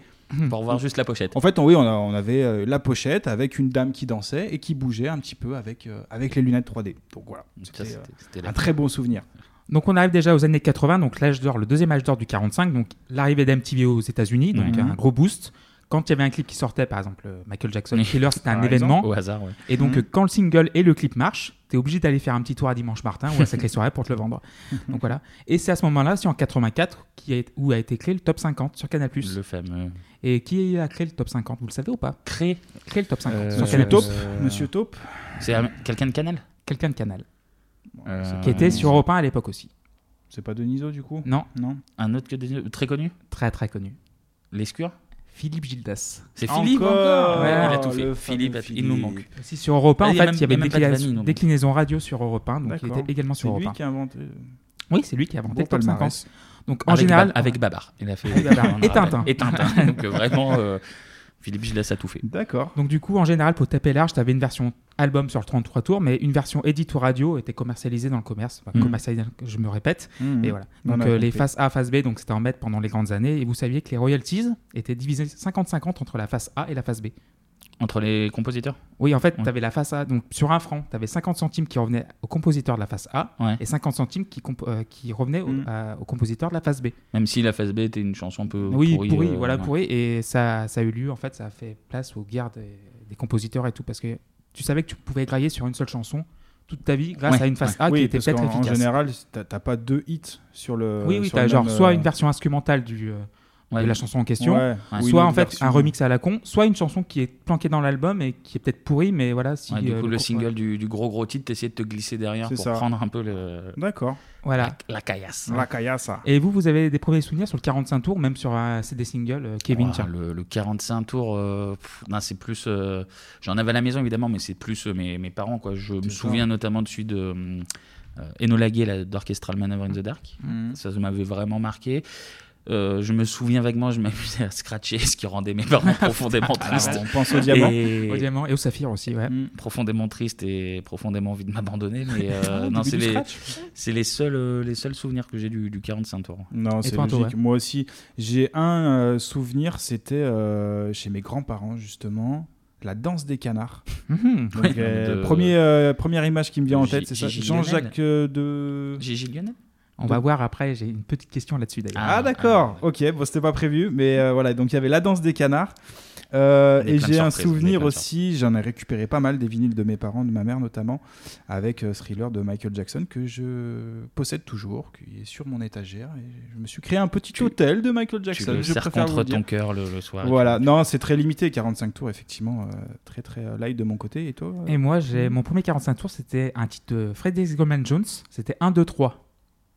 S1: Pour voir juste la pochette.
S8: En fait, on- oui, on, a- on avait euh, la pochette avec une dame qui dansait et qui bougeait un petit peu avec, euh, avec les lunettes 3D. Donc voilà, c'était
S1: c'était-
S8: euh,
S1: c'était la-
S8: un très bon souvenir.
S9: Donc on arrive déjà aux années 80, donc l'âge d'or, le deuxième âge d'or du 45, donc l'arrivée d'MTV aux États-Unis, donc
S1: Ouais.
S9: un gros boost. quand il y avait un clip qui sortait, par exemple euh, Michael Jackson
S1: Oui.
S9: Thriller, c'était un
S1: Par
S9: événement.
S1: exemple, au hasard, ouais.
S9: Et donc,
S1: Mhm.
S9: euh, quand le single et le clip marchent, t'es obligé d'aller faire un petit tour à Dimanche Martin ou à Sacré Soirée pour te le vendre.
S1: Mhm.
S9: Donc voilà. Et c'est à ce moment-là, c'est en 84 qui est, où a été créé le top 50 sur Canal+.
S1: Le fameux.
S9: Et qui a créé le top 50 Vous le savez ou pas
S1: Mmh. Créé. Euh,
S9: Créé le top 50 sur
S1: Monsieur
S9: Canal+.
S1: Taupe. Monsieur Taupe. C'est un- quelqu'un de Canal
S9: Quelqu'un de Canal.
S1: Euh,
S9: Qui était sur Europe 1 à l'époque aussi.
S8: C'est pas Deniso du coup
S9: Non.
S8: Non.
S1: Un autre que des... très connu
S9: Très très connu.
S1: L'escure
S9: Philippe Gildas.
S1: C'est Philippe encore Ouais, Il a tout fait. Philippe, il nous manque.
S9: Aussi sur Europe 1,
S1: Ah,
S9: en
S1: y a
S9: fait,
S1: même-
S9: il y avait
S1: a
S9: des
S1: même pas de vanille,
S9: déclinaisons,
S1: non.
S9: radio sur Europe 1, donc il
S8: D'accord.
S9: était également sur
S8: C'est
S9: Europe
S8: lui
S9: 1.
S8: qui a inventé.
S9: Oui, c'est lui qui a inventé le top
S8: palmarès.
S9: 50. Donc en
S1: Avec
S9: général.
S1: Bab- avec Babar. Il a fait
S9: Avec Babar. Et Tintin.
S1: Et Tintin. Donc euh, vraiment, euh, Philippe Gilles a tout fait.
S8: D'accord.
S9: Donc du coup, en général, pour taper large, tu avais une version album sur le 33 tours, mais une version édito radio était commercialisée dans le commerce. Enfin,
S1: Mm.
S9: commercialisée, je me répète.
S8: Hmm.
S1: Mm.
S9: Et voilà.
S1: On
S9: Donc
S1: a
S9: euh, les
S1: compris.
S9: faces A, face B, donc c'était en mètres pendant les grandes années. Et vous saviez que les royalties étaient divisées 50-50 entre la face A et la face B.
S1: Entre les compositeurs
S9: Oui, en fait, tu avais la face A. Donc, sur un franc, tu avais 50 centimes qui revenaient au compositeur de la face A
S1: Ouais. Mm.
S9: et 50 centimes qui, comp- euh, qui revenaient au, à- au compositeur de la face B.
S1: Même si la phase B était une chanson un peu
S9: oui,
S1: pourrie.
S9: pourri,
S1: euh,
S9: voilà,
S1: ouais.
S9: pourri. Et ça, ça a eu lieu, en fait, ça a fait place aux guerres des, des compositeurs et tout, parce que tu savais que tu pouvais grailler sur une seule chanson toute ta vie grâce à une face A
S8: Oui,
S9: Ah, qui était
S8: parce
S9: peut-être
S8: qu'en-
S9: efficace.
S8: En général, t'as t'as pas deux hits sur le.
S9: oui, oui,
S8: sur
S9: t'as
S8: le
S9: genre
S8: même,
S9: soit
S8: euh,
S9: une version instrumentale du, euh,
S8: Ouais.
S9: de la chanson en question,
S8: Ouais. Ou une
S9: soit
S8: autre
S9: en fait
S8: version.
S9: un remix à la con, soit une chanson qui est planquée dans l'album et qui est peut-être pourrie, mais voilà. Si,
S1: Ouais, du
S9: euh,
S1: coup, le,
S9: co-
S1: single du, du gros gros titre, t'essayais de te glisser derrière
S9: C'est
S1: pour
S9: ça.
S1: prendre un peu le.
S8: D'accord.
S9: Voilà.
S1: La, la caillasse.
S8: La caillasse.
S9: Et vous, vous avez des premiers souvenirs sur le 45 tours, même sur un CD single, euh, Kevin
S1: Ouah,
S9: tiens.
S1: Oh, le, le 45 tours, euh, pff, non, c'est plus. euh, J'en avais à la maison évidemment, mais c'est plus euh, mes, mes parents. Quoi. Je me
S9: ça.
S1: souviens notamment de celui de hum, euh, Enola Gay, là, d'Orchestral Maneuver in the Dark.
S9: Mhm.
S1: Mmh. Ça, ça m'avait vraiment marqué. Euh, je me souviens vaguement, je m'amusais à scratcher, ce qui rendait mes parents profondément
S9: Ah, la vache.
S1: tristes.
S9: On pense au diamant.
S1: bah. Et-
S9: Au diamant et au saphir aussi, ouais.
S1: Profondément triste et profondément envie de m'abandonner, mais euh,
S9: Ah,
S1: non,
S9: début
S1: c'est
S9: du
S1: les,
S9: scratch.
S8: hein
S1: c'est les seuls, euh, les seuls souvenirs que j'ai du, du 45 tours.
S8: Non, c'est logique. Moi aussi, j'ai un euh, souvenir, c'était euh, chez mes grands-parents justement, la danse des canards.
S1: Mm.
S9: Mhm.
S8: Donc,
S1: Oui,
S8: euh,
S1: de-
S8: premier, euh, première image qui me vient en tête, c'est ça.
S1: Gigi
S8: Jean-Jacques euh, de.
S1: Gigi Lionel.
S9: On va voir après, j'ai une petite question là-dessus d'ailleurs.
S8: Ah, d'accord, ok, bon c'était pas prévu, mais euh, voilà, donc il y avait la danse des canards. Euh,
S9: On est
S8: et
S9: plein de
S8: j'ai un
S9: surprises, on est
S8: souvenir
S9: plein de
S8: aussi, j'en ai récupéré pas mal des vinyles de mes parents, de ma mère notamment, avec euh, Thriller de Michael Jackson que je possède toujours, qui est sur mon étagère. Et je me suis créé un petit hôtel de Michael Jackson.
S1: le
S8: je
S1: serres
S8: préfère
S1: contre
S8: vous le dire.
S1: ton cœur le- le soir.
S8: Voilà, non, c'est très limité, 45 tours, effectivement, euh, très très euh, light de mon côté. Et toi euh,
S9: Et moi, j'ai mon premier 45 tours, c'était un titre de Freddy Goldman Jones, c'était 1, 2, 3.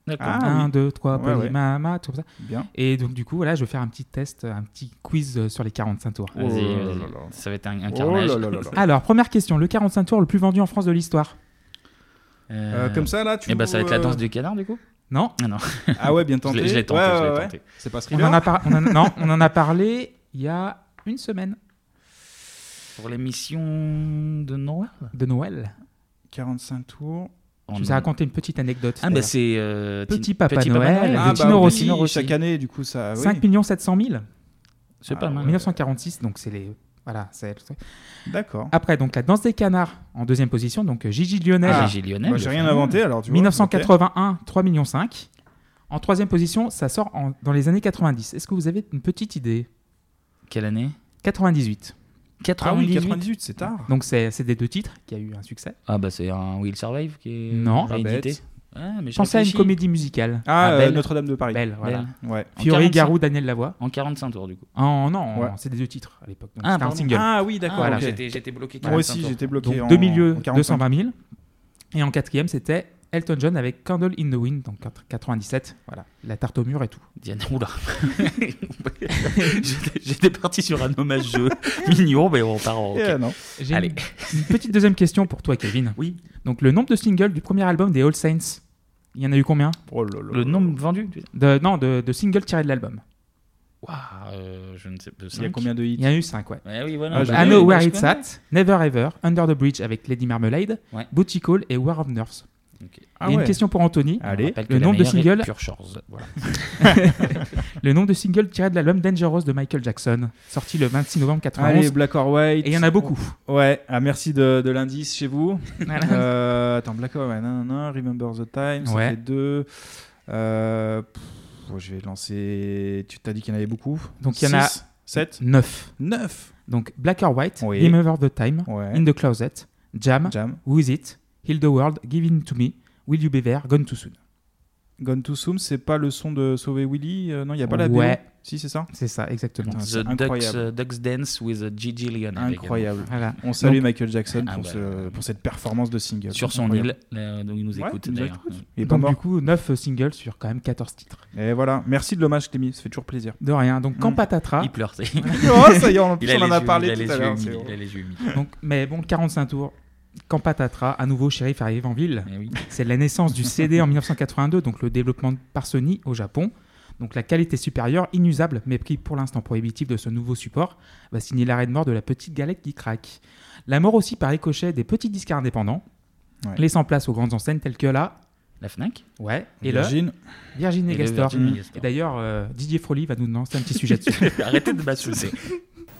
S1: D'accord.
S8: Ah,
S9: 1,
S8: oui.
S9: 2, 3,
S8: Ouais, ouais.
S9: Mama, tout comme ça.
S8: Bien.
S9: Et donc, du coup, voilà, je vais faire un petit test, un petit quiz euh, sur les 45 tours.
S1: Vas-y, vas-y. ça va être un, un
S8: Oh
S1: carnage.
S8: là là là là.
S9: Alors, première question, le 45 tours le plus vendu en France de l'histoire
S1: Euh,
S8: comme ça, là, tu
S1: Eh ben, ça va être la
S8: euh,
S1: danse du canard, du coup
S9: Non.
S1: Ah, non.
S8: Ah ouais, bien
S1: Je l'ai-
S8: tenté.
S1: Je l'ai tenté,
S8: Ouais,
S1: je l'ai
S8: ouais,
S1: tenté.
S8: ouais. C'est pas
S9: on
S8: Thriller
S9: en a par- on en a- Non, on en a parlé il y a une semaine.
S1: Pour l'émission de Noël
S9: De Noël
S8: 45 tours.
S9: Je vous ai raconté une petite anecdote.
S1: Ah, bah,
S9: tout à
S1: c'est,
S9: l'heure.
S1: euh,
S9: Petit
S1: Tin-
S9: Papa
S1: Petit Papa
S9: Noël,
S1: Noël.
S9: de
S1: Ah, bah,
S9: Tino
S1: oui,
S9: Rossi.
S8: chaque année, du coup, ça- ah oui. Ah,
S9: 5 millions 700 000.
S1: C'est pas mal.
S9: 1946, donc c'est les. Voilà, c'est.
S8: D'accord.
S9: Après, donc la danse des canards en deuxième position, donc euh, Gigi Lionel.
S8: Ah, Gigi Lionel, moi, j'ai rien inventé, alors, tu vois,
S9: 1981, 3 millions 5. En troisième position, ça sort en- dans les années 90. Est-ce que vous avez une petite idée
S1: Quelle année
S9: 98.
S1: Ah oui, 98,
S8: c'est tard.
S9: Donc c'est c'est des deux titres qui a eu un succès.
S1: Ah, bah, c'est un Will Survive qui est
S9: Non.
S1: réédité.
S9: Pas
S1: Ah, mais je
S9: Pensez à une
S1: réfléchis.
S9: comédie musicale.
S8: Ah, euh,
S9: Belle.
S8: Notre-Dame de Paris.
S9: Belle, voilà.
S1: Belle. Ouais. En
S9: Fiori,
S1: 45.
S9: Garou, Daniel Lavoie.
S1: En 45 tours, du coup.
S9: Ah, non,
S1: Ouais.
S9: c'est des deux titres à l'époque. donc
S1: Ah,
S9: c'était un
S1: pardon.
S9: single.
S1: Ah oui, d'accord, ok. J'étais- j'étais bloqué 45
S9: Voilà.
S1: Moi aussi, tours. j'étais bloqué
S9: Donc,
S1: en-
S9: deux milieux,
S1: en 45.
S9: 220 000. Et en quatrième, c'était Elton John avec Candle in the Wind, donc 97. Voilà, la tarte au mur et tout.
S1: Diana, oula. J'étais- J'étais parti sur un hommage jeu mignon, mais on part en. ok.
S8: Eh,
S9: Euh, non. J'ai
S1: Allez.
S9: Une, une petite deuxième question pour toi, Kevin.
S1: Oui.
S9: Donc, le nombre de singles du premier album des All Saints, il y en a eu combien
S8: Oh
S1: Le nombre vendu tu-
S9: de, Non, de, de singles tirés de l'album.
S1: Ouah, euh, je ne sais pas.
S9: Il y a combien de hits Il y en a eu 5, ouais.
S1: Ouais, oui, voilà.
S9: Ah,
S1: Bah,
S9: I Know
S1: oui,
S9: Where
S1: bah, je
S9: It's At,
S1: connais.
S9: Never Ever, Under the Bridge avec Lady Marmalade,
S1: Ouais.
S9: Booty Call et War of Nerves.
S1: Ah
S9: Et une
S1: ouais.
S9: question pour Anthony.
S1: On Allez. rappelle que
S9: Le
S1: la
S9: nombre de
S1: meilleure est
S9: singles.
S1: pure chance, voilà.
S9: le nombre de singles tirés de l'album Dangerous de Michael Jackson, sorti le 26 novembre 91.
S8: Allez, Black or White.
S9: Et il y en a beaucoup.
S8: Ouais, ah, merci de, de l'indice chez vous.
S9: Voilà.
S8: Euh, attends, Black or White, nan, nan, nan, Remember the Time, ça
S9: Ouais.
S8: fait deux. Euh, pff, bon, je vais lancer. Tu t'as dit qu'il y en avait beaucoup
S9: Donc il y en a
S8: Six. 7
S9: 9.
S8: 9.
S9: Donc Black or White,
S8: Oui.
S9: Remember the Time, In the Closet, Jam,
S8: Jam.
S9: Who Is It, Heal the World, Giving to Me, Will You Be There, Gone Too Soon.
S8: Gone to Soon, c'est pas le son de Sauver Willy euh, Non, il n'y a pas la BO
S9: Ouais.
S8: Si, c'est ça
S9: C'est ça, exactement.
S8: Putain, c'est
S1: The Ducks,
S8: incroyable.
S1: euh, Ducks Dance with Gigi Leonard.
S8: Incroyable.
S1: également.
S8: On salue
S1: Donc-
S8: Michael Jackson
S1: Ah
S8: pour,
S1: bah,
S8: ce- pour cette performance de single.
S1: euh, Sur son
S8: Incroyable.
S1: île, là, donc il nous
S8: Ouais,
S1: écoute
S8: il nous
S1: d'ailleurs.
S8: écoute.
S1: Mm.
S8: Il est pas
S9: Donc
S8: mort.
S9: du coup, 9 singles sur quand même 14 titres.
S8: Et voilà. Merci de l'hommage, Clémy. Ça fait toujours plaisir.
S9: De rien. Donc quand
S8: Mm.
S9: Patatras...
S1: Il pleure. c'est-
S8: Oh, ça y est, en plus,
S1: Il a
S8: on en
S1: les
S8: a
S1: yeux-
S8: parlé
S1: il a
S8: tout
S1: les
S8: à
S1: yeux
S8: l'heure,
S1: humides,
S8: c'est
S1: Il a les yeux humides.
S9: Donc, mais bon, le 45 tours, quand patatras, à nouveau shérif arrive en ville.
S1: Eh
S9: C'est la naissance du CD en 1982, donc le développement par Sony au Japon. Donc la qualité supérieure, inusable, mais pris pour l'instant prohibitif de ce nouveau support, va signer l'arrêt de mort de la petite galette qui craque. La mort aussi par ricochet des petits disques indépendants,
S8: Ouais.
S9: laissant place aux grandes enseignes telles que la...
S1: La Fnac
S9: Ouais, et
S8: Virgin.
S9: le... Virgin
S1: Et le
S9: Megastore.
S1: Virgin Megastore.
S9: Et d'ailleurs, euh, Didier Froli va nous lancer un petit sujet dessus.
S1: Arrêtez de m'insulter.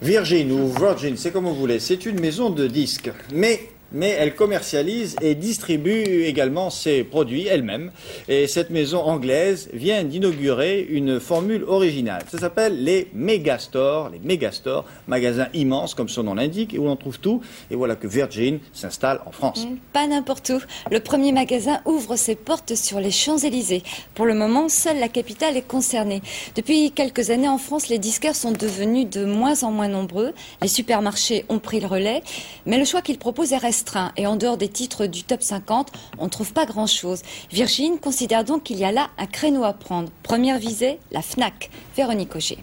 S13: Virgin ou Virgin, c'est comme vous voulez, c'est une maison de disques, mais, mais elle commercialise et distribue également ses produits elle-même. Et cette maison anglaise vient d'inaugurer une formule originale. Ça s'appelle les Megastores, les Megastores, magasins immenses comme son nom l'indique, et où l'on trouve tout. Et voilà que Virgin s'installe en
S11: Mm.
S13: France.
S14: Pas n'importe où. Le premier magasin ouvre ses portes sur les Champs-Élysées. Pour le moment, seule la capitale est concernée. Depuis quelques années en France, les disquaires sont devenus de moins en moins nombreux. Les supermarchés ont pris le relais, mais le choix qu'ils proposent est restreint. Et en dehors des titres du top 50, on ne trouve pas grand-chose. Virgin considère donc qu'il y a là un créneau à prendre. Première visée, la FNAC. Véronique Auger.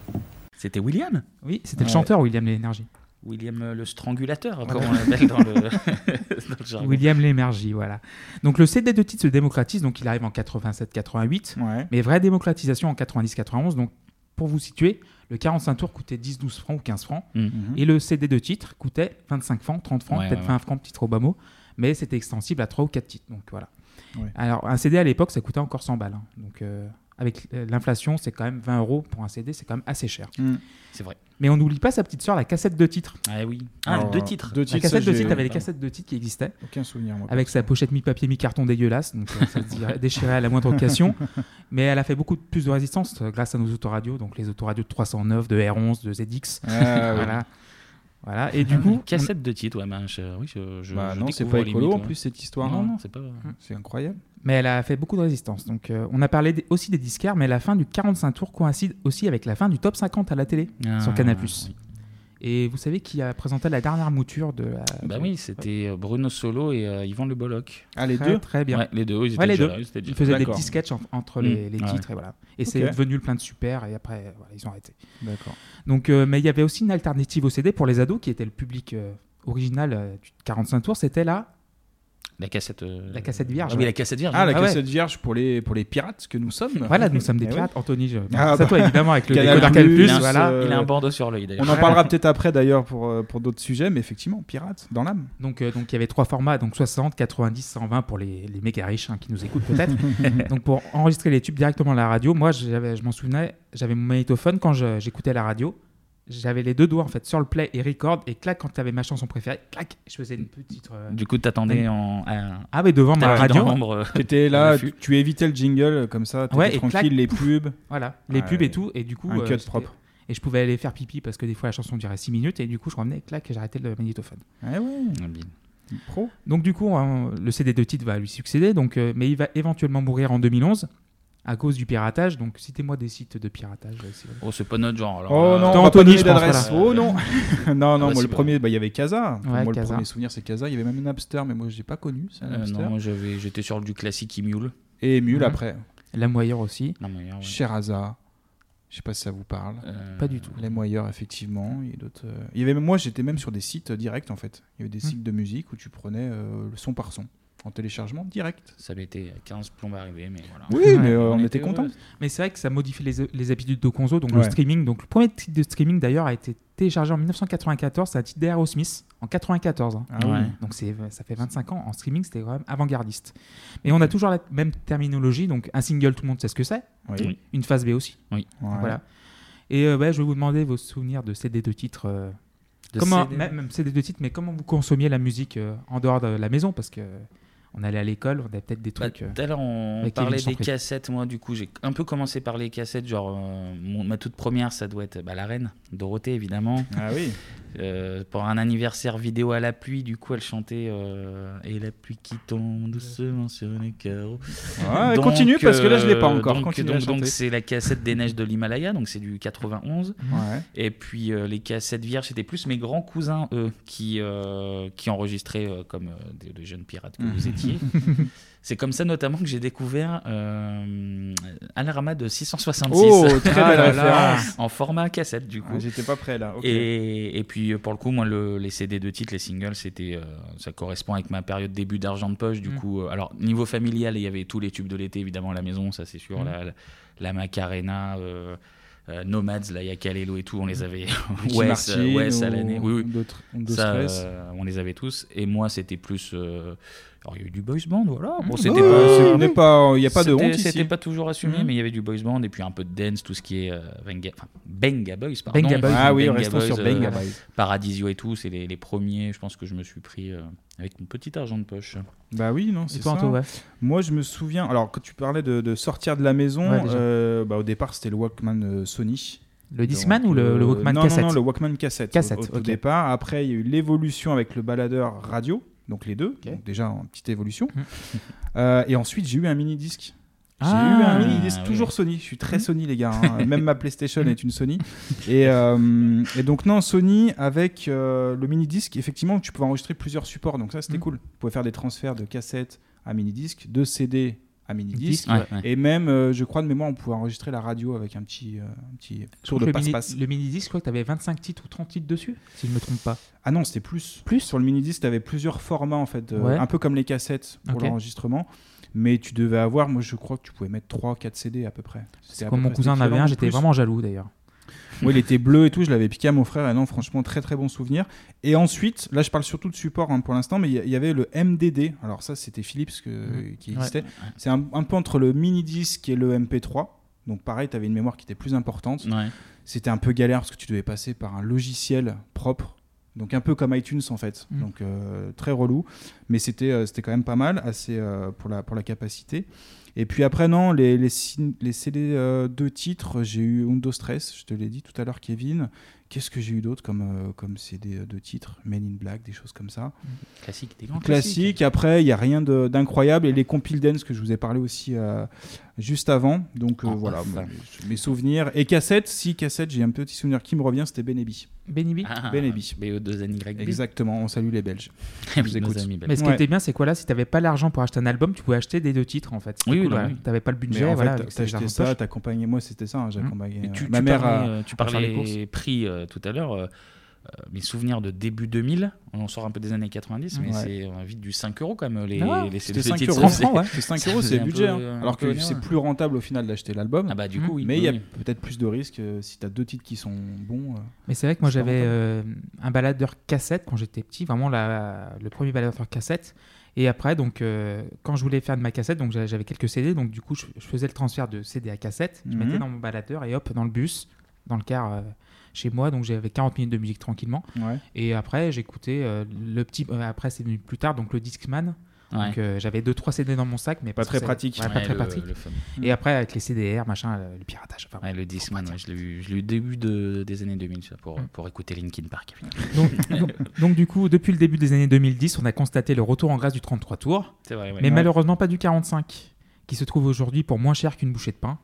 S1: C'était William
S9: Oui, c'était le
S1: Ouais.
S9: chanteur William L'énergie.
S1: William euh, le strangulateur, comme
S9: Voilà.
S1: on l'appelle dans le, dans le jargon.
S9: William Lémergie, voilà. Donc le CD de titre se démocratise, donc il arrive en 87-88, mais vraie démocratisation en 90-91. Donc pour vous situer, le 45 tours coûtait 10-12 francs ou 15 francs,
S1: Mhm.
S9: et le CD de titre coûtait 25 francs, 30 francs,
S1: Ouais,
S9: peut-être
S1: ouais,
S9: 20 francs, petit trop bas mot, mais c'était extensible à 3 ou 4 titres. Donc voilà.
S8: Ouais.
S9: Alors un CD à l'époque, ça coûtait encore 100 balles. hein. Donc euh, avec euh, l'inflation, c'est quand même 20 euros pour un CD, c'est quand même assez cher.
S8: Mm.
S1: C'est vrai.
S9: Mais on n'oublie pas sa petite sœur, la cassette de titre.
S1: Ah oui. Ah,
S8: Oh,
S1: Alors, deux titres. deux
S9: La
S1: titres,
S9: cassette
S1: ça,
S9: de
S1: j'ai-
S9: titre, t'avais les
S1: pardon.
S9: cassettes de titres qui existaient.
S8: Aucun souvenir,
S1: Ah
S8: moi,
S9: Avec sa pochette mi-papier, mi-carton dégueulasse. Donc euh, ça se dirait- déchirait à la moindre occasion. Mais elle a fait beaucoup de- plus de résistance euh, grâce à nos autoradios. Donc les autoradios de 309, de R11, de ZX.
S1: Ah, oui.
S9: voilà. voilà. Et du coup.
S1: Cassette de titre, ouais, ben, je- oui, je, je,
S8: Bah
S1: je
S8: non, c'est
S1: découvre
S8: pas
S1: les
S8: écolo
S1: mythes,
S8: en
S1: ouais.
S8: plus, hein. Mm. cette histoire.
S1: Non, non, c'est pas.
S8: C'est incroyable.
S9: Mais elle a fait beaucoup de résistance. Donc, euh, on a parlé des- aussi des disquaires, mais la fin du 45 tours coïncide aussi avec la fin du top 50 à la télé
S1: Ah,
S9: sur Canal+. Et vous savez qui a présenté la dernière mouture de la.
S1: Bah oui, c'était euh, Bruno Solo et euh, Yvan Le Bolloc.
S9: Ah, les Très, deux très bien.
S1: Ouais, les deux, ils étaient
S9: Ouais, les
S1: déjà
S9: deux.
S1: là, ils étaient déjà-
S9: Ils faisaient des
S1: D'accord.
S9: petits sketchs en- entre
S1: Mm.
S9: les, les
S1: Ah ouais.
S9: titres et voilà. Et c'est
S1: Ok.
S9: devenu le plein de super et après euh, voilà, ils ont arrêté.
S8: D'accord.
S9: Donc, euh, mais il y avait aussi une alternative au CD pour les ados qui était le public euh, original euh, du 45 tours, c'était la
S1: La cassette. euh,
S9: La cassette vierge.
S1: Ah oui, la cassette vierge.
S8: Ah, la
S1: Ah ouais.
S8: cassette vierge pour les, pour les pirates que nous sommes.
S9: Voilà, nous sommes des
S8: Eh oui.
S9: pirates, Anthony. Je...
S8: Ah
S9: ça, toi,
S8: bah.
S9: évidemment, avec le
S8: Canal+,
S9: décodeur Canal+,
S8: euh,
S9: voilà.
S1: Il a un bandeau sur l'œil, d'ailleurs.
S8: On en parlera peut-être après d'ailleurs pour, euh, pour d'autres sujets, mais effectivement, pirates dans l'âme.
S9: Donc, euh, donc il y avait trois formats, donc 60, 90, 120 pour les, les méga riches hein, qui nous écoutent peut-être. donc pour enregistrer les tubes directement à la radio, moi j'avais- je m'en souvenais, j'avais mon magnétophone quand je- j'écoutais la radio. J'avais les deux doigts en fait sur le play et record et clac quand j'avais ma chanson préférée, clac, je faisais une petite. euh,
S1: Du coup, t'attendais
S9: une-
S1: en. à-
S9: Ah oui, devant ma
S1: tapis
S9: radio.
S1: dans l'ombre, euh,
S8: Tu étais
S1: dans
S8: là,
S1: le fût.
S8: tu, tu évitais le jingle euh, comme ça, t'étais
S9: Ouais, et clac,
S8: tranquille, les
S9: pouf.
S8: pubs.
S9: Voilà, les
S8: Ah,
S9: pubs
S8: ouais.
S9: et tout. Et du coup,
S8: Un
S9: euh,
S8: cut
S9: c'était-
S8: propre.
S9: Et je pouvais aller faire pipi parce que des fois la chanson durait 6 minutes et du coup je revenais, clac, et j'arrêtais le magnétophone.
S8: Ah ouais.
S1: euh,
S8: Pro.
S9: Donc du coup, hein, le CD de titre va lui succéder, donc, euh, mais il va éventuellement mourir en 2011 à cause du piratage. Donc citez-moi des sites de piratage. euh, si vous voulez.
S1: Oh, c'est pas notre genre. Alors,
S8: Oh
S1: là.
S8: non, on va pas donner d'adresse. Oh non. non, non,
S1: Ah,
S8: moi,
S1: c'est
S8: le
S1: pas-
S8: premier, bah, il y avait Casa. Pour
S9: Ouais,
S8: moi, le
S9: Casa.
S8: premier souvenir, c'est Casa. Il y avait même Napster, mais moi, je n'ai pas connu ça.
S1: Euh,
S8: Napster.
S1: non, moi, j'avais- j'étais sur du classique Emule.
S8: Et Mule
S9: Mhm.
S8: après.
S9: La Moyeur aussi.
S1: La Moyeur, ah ouais. Euh,
S8: Sherazade. Je sais pas si ça vous parle.
S9: Pas du tout.
S8: Les Moyeurs, effectivement. Il y a d'autres, euh, il y avait même, moi, j'étais même sur des sites euh, directs, en fait. Il y avait des
S9: Mhm.
S8: sites de musique où tu prenais euh, le son par son, en téléchargement direct.
S1: Ça avait été 15 plombes arrivés, mais voilà.
S8: Oui, mais euh, on, était contents.
S9: Mais c'est vrai que ça modifie les, les habitudes de Conzo, donc le
S8: Ouais.
S9: streaming. Donc le premier titre de streaming d'ailleurs a été téléchargé en 1994, c'est un titre d'Aerosmith en 94. hein.
S8: Ah oui. Ouais.
S9: Donc c'est ça fait 25 ans en streaming, c'était quand même avant-gardiste. Mais on a toujours la même terminologie, donc un single tout le monde sait ce que c'est,
S8: Oui.
S1: Oui.
S9: une phase B aussi.
S1: Oui.
S9: Donc,
S8: Ouais.
S9: Voilà. Et euh, ouais, je vais vous demander vos souvenirs de CD de titres. euh,
S1: De
S9: comment
S1: CD?
S9: même, même CD de titres, mais comment vous consommiez la musique euh, en dehors de la maison parce que on allait à l'école, on avait peut-être des
S1: Bah,
S9: trucs. euh,
S1: Tout à l'heure, on
S9: avec
S1: parlait
S9: Kevin
S1: des
S9: Champré.
S1: cassettes. Moi, du coup, j'ai un peu commencé par les cassettes. Genre, euh, mon- ma toute première, ça doit être bah, la reine, Dorothée, évidemment.
S8: Ah oui.
S1: Euh, pour un anniversaire vidéo à la pluie, du coup, elle chantait euh, Et la pluie qui tombe doucement sur les carreaux.
S8: Ouais, continue, parce que là, je l'ai pas
S1: euh,
S8: encore.
S1: donc-
S8: Continue à
S1: Donc,
S8: chanter.
S1: donc, c'est la cassette des neiges de l'Himalaya, donc c'est du 91.
S8: Ouais.
S1: Et puis euh, les cassettes vierges, c'était plus mes grands cousins, eux, qui, euh, qui enregistraient euh, comme euh, des, des jeunes pirates que vous étiez. C'est comme ça notamment que j'ai découvert euh, Alarma de 666.
S8: Oh, très belle
S1: Ah là là.
S8: référence.
S1: En format cassette, du coup.
S8: Ah, j'étais pas prêt, là, ok.
S1: Et, et puis euh, pour le coup, moi, le- les CD de titres, les singles, c'était, euh, ça correspond avec ma période début d'argent de poche. Du
S9: Mm.
S1: coup, euh, alors niveau familial, il y avait tous les tubes de l'été, évidemment, à la maison, ça c'est sûr.
S9: Mm.
S1: La, la, la Macarena. euh, euh, Nomads, là, il y a Kalelo et tout, on les avait.
S8: Ricky
S1: ouais,
S8: Martin
S1: ça- ouais, ça,
S8: ou-
S1: l'année. Oui, oui.
S8: ou d'autres- ou d'autres
S1: Ça,
S8: stress.
S1: euh, on les avait tous. Et moi, c'était plus. euh, Alors, il y a eu du boys band, voilà. Bon,
S8: Mmh.
S1: c'était
S8: Oui,
S1: pas.
S8: on n'est pas- il y a pas de
S1: C'était-
S8: honte ici.
S1: C'était pas toujours assumé,
S8: Mmh.
S1: mais il y avait du boys band et puis un peu de dance, tout ce qui est euh, Benga, enfin, Benga Boys, pardon. euh,
S8: Benga Boys. Ah oui, restons sur Benga Boys.
S1: Paradisio et tout, c'est les, les premiers, je pense, que je me suis pris euh, avec mon petit argent de poche.
S8: Bah oui, non, c'est
S1: toi,
S8: ça.
S1: Anto, ouais.
S8: Moi, je me souviens. Alors, quand tu parlais de, de sortir de la maison,
S1: Ouais, déjà.
S8: euh, bah, au départ, c'était le Walkman euh, Sony.
S9: Le Discman ou le- le Walkman
S8: euh, non,
S9: cassette
S8: Non, non, le Walkman cassette. au-
S9: Cassette,
S8: au, tout
S9: ok.
S8: départ. Après, il y a eu l'évolution avec le baladeur radio, donc les deux. Donc, déjà, en petite évolution. Euh, et ensuite, j'ai eu un mini disque. J'ai
S9: Mm. Ah,
S8: eu un mini disque,
S9: oui.
S8: toujours Sony. Je suis très
S9: Mhm.
S8: Sony, les gars. hein. Même ma PlayStation
S9: Mhm.
S8: est une Sony. Et, euh, et donc, non, Sony avec euh, le mini disque, effectivement, tu pouvais enregistrer plusieurs supports. Donc, ça,
S9: Mm.
S8: c'était cool. Tu pouvais faire des transferts de cassettes à mini disque, de CD à mini disque.
S9: Disque, ouais.
S8: Et même, euh, je crois, de mémoire, on pouvait enregistrer la radio avec un petit, euh, un petit tour de
S9: le, mini,
S8: passe-passe.
S9: le mini-disque, je crois que tu avais 25 titres ou 30 titres dessus, si je me trompe pas.
S8: Ah non, c'était plus. Plus Sur le mini-disque, tu avais plusieurs formats, en fait, euh,
S9: Ouais.
S8: un peu comme les cassettes pour
S9: Ok.
S8: l'enregistrement. Mais tu devais avoir, moi je crois que tu pouvais mettre 3-4 CD à peu près. C'était à
S9: comme
S8: peu
S9: mon
S8: près
S9: cousin en
S8: cet
S9: avait un,
S8: équivalent,
S9: j'étais
S8: plus.
S9: vraiment jaloux d'ailleurs.
S8: Oui, il était bleu et tout, je l'avais piqué à mon frère et non, franchement, très très bon souvenir. Et ensuite, là je parle surtout de support hein, pour l'instant, mais il y- il y avait le MDD. Alors ça, c'était Philips que- qui
S9: Mmh. Ouais.
S8: existait. C'est un, un peu entre le mini-disque et le MP3. Donc pareil, tu avais une mémoire qui était plus importante.
S1: Ouais.
S8: C'était un peu galère parce que tu devais passer par un logiciel propre. Donc un peu comme iTunes en fait.
S9: Mm.
S8: Donc euh, très relou. Mais c'était euh, c'était quand même pas mal assez euh, pour, la, pour la capacité. Et puis après, non, les, les, sin- les CD euh, de titres, j'ai eu Undo Stress, je te l'ai dit tout à l'heure, Kevin. Qu'est-ce que j'ai eu d'autre comme, euh, comme CD de titres Men in Black, des choses comme ça
S1: Classique, des grands
S8: classique.
S1: classiques.
S8: Après, il n'y a rien de- d'incroyable. Et les compil dance que je vous ai parlé aussi euh, juste avant. Donc euh, voilà,
S1: off.
S8: bon, mes souvenirs. Et cassette, si cassette, j'ai un petit souvenir qui me revient, c'était Benebi.
S9: Benibi
S1: Ah,
S8: Benebi.
S1: BO2NYB.
S8: Exactement, on salue les Belges.
S1: Eh oui,
S8: Je vous
S1: nos
S8: écoute.
S1: amis belges.
S9: Mais ce qui
S8: Ouais.
S9: était bien, c'est quoi là Si t'avais pas l'argent pour acheter un album, tu pouvais acheter des deux titres en fait. C'était
S1: Oui,
S9: cool,
S1: oui,
S9: ouais.
S1: oui.
S9: T'avais pas le
S8: Mais
S9: budget,
S8: en
S9: voilà.
S8: fait,
S9: avec tes
S8: t'achetais
S9: argents de
S8: ça,
S9: poche.
S8: t'accompagnais moi, c'était ça, hein, j'accompagnais
S1: Et
S8: euh,
S1: tu,
S8: ma
S1: tu
S8: mère
S1: parlais,
S8: à-
S1: euh, tu
S8: à faire
S1: parlais
S8: les courses.
S1: prix euh, tout à l'heure. euh, euh, mes souvenirs de début 2000, on en sort un peu des années 90, mais
S8: Ouais.
S1: c'est euh, vite du 5 euros quand même. Les,
S8: Ah,
S1: les
S8: c'était
S1: les
S8: 5
S1: titres,
S8: euros,
S1: ça faisait-
S8: C'est 5
S1: ça
S8: euros,
S1: faisait
S8: c'est
S1: un
S8: le budget.
S1: peu-
S8: hein.
S1: un
S8: Alors
S1: peu
S8: que c'est
S1: onéreux.
S8: plus rentable au final d'acheter l'album.
S1: Ah bah, du coup, oui,
S8: Mhm. Mais il y a
S1: oui.
S8: peut-être plus de risques euh, si t'as deux titres qui sont bons. euh,
S9: Mais c'est vrai que moi
S8: c'est pas
S9: j'avais
S8: rentable.
S9: euh, un baladeur cassette quand j'étais petit, vraiment la, le premier baladeur cassette. Et après, donc, euh, quand je voulais faire de ma cassette, donc j'avais j'avais quelques CD, donc du coup je, je faisais le transfert de CD à cassette, je
S8: Mhm.
S9: mettais dans mon baladeur et hop, dans le bus, dans le car euh, chez moi, donc j'avais 40 minutes de musique tranquillement.
S8: Ouais.
S9: Et après, j'écoutais euh, le petit. euh, après, c'est venu plus tard, donc le Discman.
S1: Ouais.
S9: Donc euh, j'avais 2-3 CD dans mon sac, mais
S8: Pas
S9: parce que
S8: très
S9: c'est-
S8: pratique.
S9: ouais, pas
S1: euh, Ouais,
S9: très
S1: le-
S9: pratique.
S1: le fameux.
S9: Et après, avec les CDR, machin, le, le piratage. Enfin,
S1: Ouais, le Discman, ouais, je l'ai eu, je l'ai eu début de- des années 2000 ça, pour, pour écouter Linkin Park. évidemment.
S9: Donc, donc- donc, du coup, depuis le début des années 2010, on a constaté le retour en grâce du 33 tours,
S1: C'est vrai, ouais.
S9: mais
S1: Ouais.
S9: malheureusement pas du 45, qui se trouve aujourd'hui pour moins cher qu'une bouchée de pain.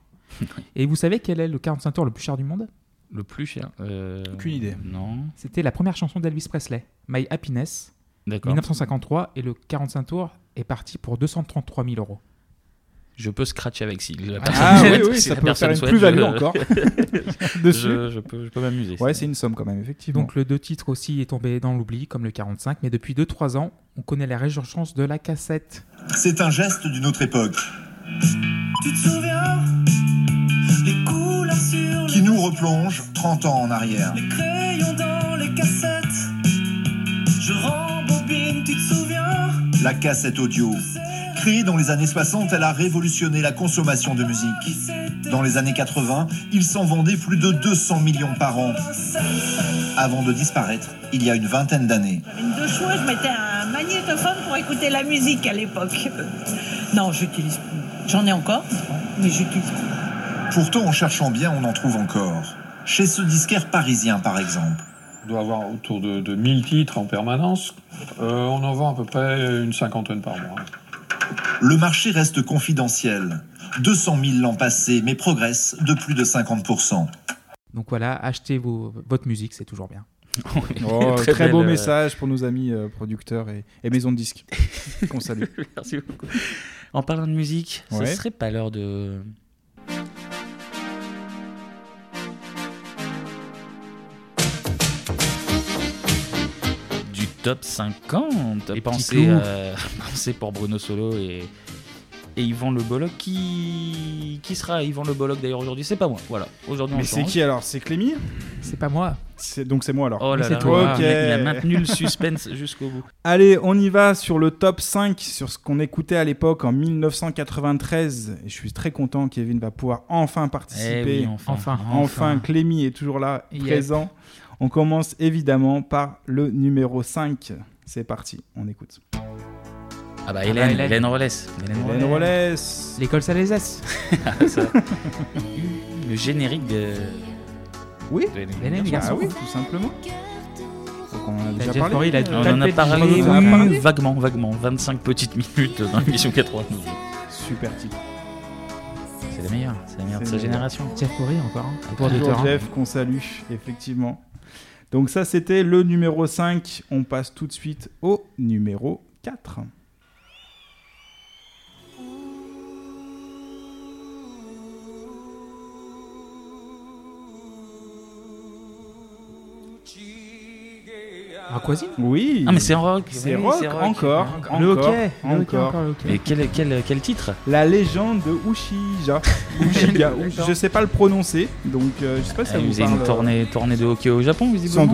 S9: Et vous savez quel est le 45 tours le plus cher du monde
S1: Le plus cher. euh,
S8: Aucune idée.
S1: Non.
S9: C'était la première chanson d'Elvis Presley, My Happiness,
S1: D'accord.
S9: 1953, et le 45 tours est parti pour 233 000 euros.
S1: Je peux scratcher avec si la
S9: Ah,
S1: personne
S9: ah,
S1: souhaite.
S9: oui, oui,
S1: si
S9: ça
S1: la
S9: peut
S1: personne
S9: faire une
S1: souhaite,
S9: plus-value
S1: je-
S9: encore.
S1: Je, je peux, je peux m'amuser.
S8: Ouais, c'est une somme quand même, effectivement.
S9: Donc le deux titres aussi est tombé dans l'oubli, comme le 45, mais depuis 2-3 ans, on connaît la résurgence de la cassette.
S15: C'est un geste d'une autre époque
S16: Tu te souviens Les couleurs sur
S15: qui nous replonge 30 ans en arrière.
S16: les crayons dans les cassettes. Je rembobine, tu te souviens
S15: La cassette audio. Créée dans les années 60, elle a révolutionné la consommation de musique. Dans les années 80, il s'en vendait plus de 200 millions par an, avant de disparaître il y a une vingtaine d'années.
S16: Une deux chouettes, je mettais un
S17: magnétophone pour écouter la musique à l'époque. Euh, Non, j'utilise plus. J'en ai encore, mais j'utilise plus.
S15: Pourtant, en cherchant bien, on en trouve encore. Chez ce disquaire parisien, par exemple.
S18: On doit avoir autour de, de 1000 titres en permanence. Euh, on en vend à peu près une cinquantaine par mois.
S15: Le marché reste confidentiel. 200 000 l'an passé, mais progresse de plus de 50%.
S9: Donc voilà, achetez vos- votre musique, c'est toujours bien.
S8: Oh, très beau
S9: belle, euh,
S8: message pour nos amis euh, producteurs et, et maisons de disques qu'on salue.
S1: Merci beaucoup. En parlant de musique,
S8: Ouais.
S1: ce serait pas l'heure de. Du top 50. pensez,
S9: petits clous.
S1: euh, pensez pour Bruno Solo et. Et Yvan Le Bollock, qui, qui sera Yvan Le Bollock d'ailleurs aujourd'hui C'est pas moi, voilà. Aujourd'hui on
S8: Mais c'est
S1: change.
S8: qui alors C'est Clémy
S9: C'est pas moi.
S8: Donc c'est moi alors.
S1: Oh là là,
S8: Ok.
S1: le mec, il a maintenu le suspense jusqu'au bout.
S8: Allez, on y va sur le top 5, sur ce qu'on écoutait à l'époque en 1993. Et je suis très content, Kevin va pouvoir enfin participer.
S9: Eh oui, enfin. Enfin.
S8: enfin,
S9: Enfin.
S8: Clémy est toujours là,
S9: Yep.
S8: présent. On commence évidemment par le numéro 5. C'est parti, on écoute.
S1: Ah bah
S8: Ah
S1: Hélène,
S8: bah, Hélène.
S1: Hélène Relais.
S8: Hélène
S9: L'école Salésas.
S1: le générique de.
S8: Oui,
S1: Hélène
S8: Ah
S1: Garçon.
S8: oui, tout simplement. Donc on en a
S1: T'as
S8: déjà
S1: déjà
S8: parlé.
S1: parlé,
S8: euh,
S1: On en a
S8: Tapette
S1: parlé,
S8: Gigolo, on en a
S1: oui,
S8: parlé.
S1: vaguement, vaguement. 25 petites minutes dans l'émission 92.
S8: Super titre.
S1: C'est la meilleure, c'est la meilleure de
S8: C'est
S1: sa
S8: le-
S1: génération.
S9: Jeff Corey encore. hein.
S8: Pour
S9: Pour des terrains.
S8: Jeff qu'on salue, effectivement. Donc ça, c'était le numéro 5. On passe tout de suite au numéro 4.
S9: Raccoisine
S8: Oui.
S1: Ah, mais c'est rock.
S8: C'est
S1: Oui,
S8: rock,
S1: c'est rock.
S8: encore.
S1: Le
S8: encore,
S1: hockey, le hockey,
S8: Encore.
S1: encore le hockey. Mais quel- quel- quel titre
S8: La légende de Ushija. Ushiga.
S1: D'accord.
S8: je sais pas le prononcer, donc euh, je sais pas si ça
S1: Ah,
S8: vous
S1: Ils ont
S8: parle. euh,
S1: une tournée, tournée de hockey au Japon, visiblement.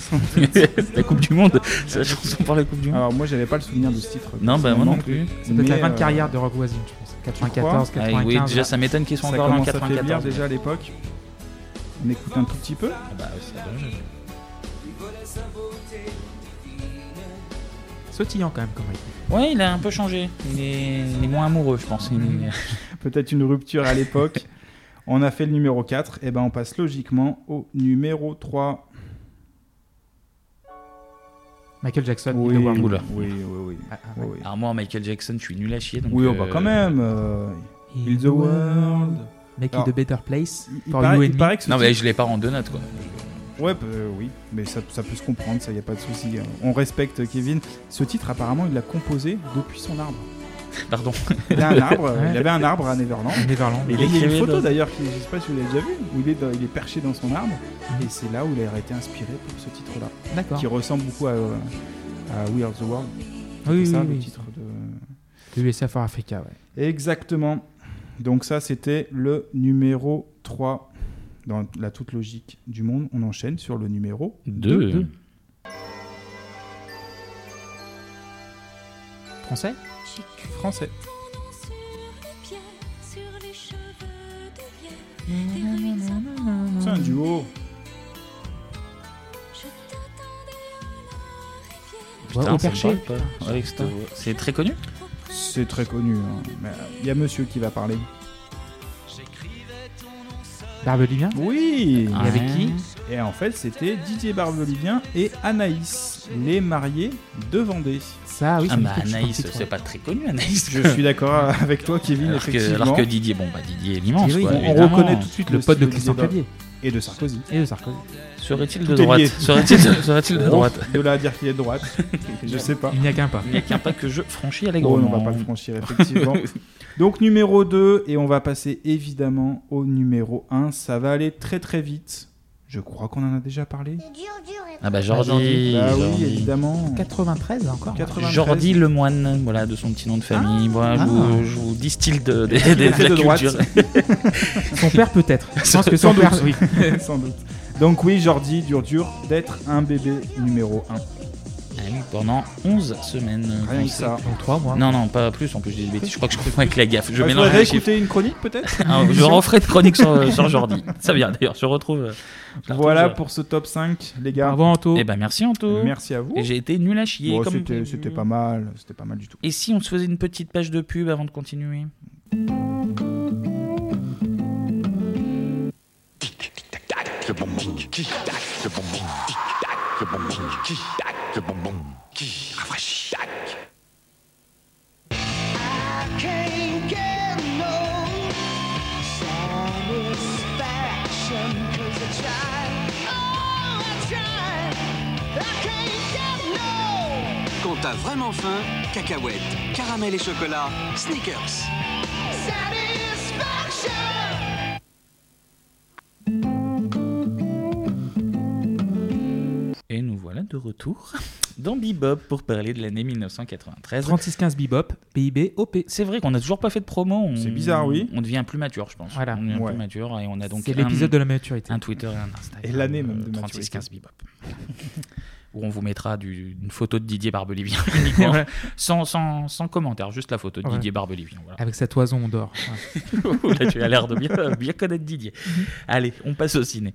S8: Sans doute.
S1: C'est la Coupe du Monde. C'est la chanson par la Coupe du Monde. Ah,
S8: Alors moi, j'avais pas le souvenir de ce titre.
S1: Non, bah, moi non
S8: personnellement.
S1: plus.
S9: C'est peut-être la
S8: Mais,
S9: fin de
S8: euh,
S9: carrière de Rock Voisine, je pense. 94,
S1: Ah, oui,
S9: 95.
S1: déjà, ça m'étonne qu'ils soient
S8: Ça
S1: encore là en
S8: commence à faiblir
S1: 94.
S8: déjà à l'époque. On écoute un tout petit peu.
S1: Bah, c'est dommage.
S9: euh, Sautillant quand même, comme rythme.
S1: Ouais, il a un peu changé. Il est, il est moins amoureux, je pense. Il
S8: Mm.
S1: est-
S8: Peut-être une rupture à l'époque. on a fait le numéro 4, et ben on passe logiquement au numéro 3.
S9: Michael Jackson, Ah,
S8: Oui,
S9: The Warm.
S8: oula. oui, oui. oui, oui.
S1: Alors Ah, moi, Michael Jackson, je suis nul à chier. Donc,
S8: Oui, oh,
S1: euh,
S8: bah quand même. euh, Heal the world.
S9: Make
S8: Alors,
S9: it a better place
S8: il
S9: for
S8: paraît-
S9: you
S8: il
S9: and me.
S8: paraît que ce
S1: Non, mais
S8: titre-
S1: je l'ai pas en deux notes, quoi.
S8: Ouais, bah, euh, oui, mais ça, ça peut se comprendre, ça y a pas de souci. hein. On respecte Kevin. Ce titre, apparemment, il l'a composé depuis son arbre.
S1: Pardon.
S8: Il a un arbre,
S1: Ouais.
S8: il avait un arbre à Neverland.
S9: Neverland.
S1: Il
S8: Et il y a une
S1: écrivait
S8: photo
S1: dans-
S8: d'ailleurs, qui- je sais pas si vous l'avez déjà vu, où il est, dans- il est perché dans son arbre.
S1: Mhm.
S8: Et c'est là où il a été inspiré pour ce titre-là.
S9: D'accord.
S8: Qui ressemble beaucoup à, euh, à We Are the World.
S9: Oui,
S8: C'est ça,
S9: oui,
S8: le
S9: oui.
S8: titre de.
S9: The USA for Africa, ouais.
S8: Exactement. Donc ça, c'était le numéro 3. Dans la toute logique du monde, on enchaîne sur le numéro
S1: Deux.
S8: 2.
S9: Français
S8: Français. C'est un duo.
S1: Putain,
S9: au
S1: ça me
S9: perché.
S1: parle pas. Ouais, c'est- C'est très connu
S8: C'est très connu. hein. Mais, euh, Il y a monsieur qui va parler.
S9: Barbelivien
S8: Oui.
S1: Ah.
S9: Et avec qui
S8: Et en fait, c'était Didier Barbelivien et Anaïs, les mariés de Vendée.
S9: Ça, oui,
S1: Ah bah Anaïs, c'est pas très connu Anaïs.
S8: Je suis d'accord avec toi, Kevin,
S1: Alors que,
S8: effectivement. Eh
S1: alors que Didier, bon bah Didier est
S9: Eh
S1: l'immense.
S8: Oui,
S1: quoi,
S8: on- on
S1: évidemment.
S8: reconnaît tout de suite le,
S9: Le pote
S8: style
S9: de Christian
S8: Didier
S9: Clavier.
S8: Et de Sarkozy.
S9: Et de Sarkozy.
S1: Serait-il
S8: Tout
S1: de
S8: est
S1: droite
S8: lié.
S1: Serait-il de, serait-il de
S8: Oh,
S1: droite
S8: De là à dire qu'il est de droite, je sais pas.
S9: Il n'y a qu'un pas.
S1: Il n'y a qu'un pas que je franchis à
S8: Oh,
S1: l'agro.
S8: non, on va pas le franchir, effectivement. Donc, numéro 2, et on va passer évidemment au numéro 1. Ça va aller très très vite. Je crois qu'on en a déjà parlé.
S1: Ah bah Jordi.
S8: Bah oui,
S1: Jordi.
S8: évidemment.
S9: 93 encore.
S8: 93.
S1: Jordi Lemoine, voilà, de son petit
S8: Ah.
S1: nom de famille. Voilà, je, vous, je vous distille de, des-
S8: Il
S1: des-
S8: était
S1: de la
S8: de droite.
S1: culture.
S9: Son père peut-être. Je pense que son
S8: Sans
S9: père,
S8: doute.
S9: oui.
S8: Sans doute. Donc oui, Jordi, dur dur d'être un bébé numéro 1.
S1: Eh oui, pendant 11 semaines.
S8: Rien que ça. hein.
S1: Donc
S9: 3 mois.
S1: Non, non, pas plus, en plus je dis des bêtises. Je crois que je confonds avec la gaffe. Je
S8: Bah,
S1: mélange
S8: faudrait
S1: les chiffres.
S8: écouter une chronique, peut-être
S1: Ah, Je referai de chronique sur, sur Jordi. Ça vient d'ailleurs, je retrouve. euh, je la retrouve,
S8: Voilà
S1: euh,
S8: pour ce top 5, les gars.
S9: Bravo, Anto.
S1: Eh ben, merci, Anto.
S8: Oh. Merci à vous.
S1: Et j'ai été nul à chier,
S8: Bon,
S1: comme
S8: c'était,
S1: prévu.
S8: c'était pas mal, c'était pas mal du tout.
S1: Et si on se faisait une petite page de pub avant de continuer
S19: Le bonbon. Qui tac Le bonbon. Tic tac Le bonbon. Qui tac Le bonbon. Qui rafraîchit Tac.
S16: Can't get no satisfaction 'cause I tried. Oh, I tried. I can't get no
S20: Quand t'as vraiment faim, cacahuètes, caramel et chocolat, sneakers.
S16: satisfaction.
S1: Et nous voilà de retour dans Bebop pour parler de l'année 1993.
S9: 3615 Bebop, PIB, OP.
S1: C'est vrai qu'on n'a toujours pas fait de promo. on-
S9: C'est bizarre, oui.
S1: On devient plus mature, je pense.
S9: Voilà.
S1: On devient
S9: Ouais.
S1: plus mature et on a Ah, donc.
S9: C'est
S1: un-
S9: l'épisode de la maturité.
S1: Un Twitter et un Instagram.
S8: Et l'année même de
S1: 36
S8: maturité.
S1: 15 Bebop. Où on vous mettra du- une photo de Didier Barbelivien uniquement.
S9: Ouais.
S1: sans, sans, sans commentaire, juste la photo de
S9: Ouais.
S1: Didier Barbelivien. voilà.
S9: Avec sa toison, on dort.
S1: Ah.
S9: Ouais.
S1: Là, tu as l'air de bien, bien connaître Didier.
S9: Mhm.
S1: Allez, on passe au ciné.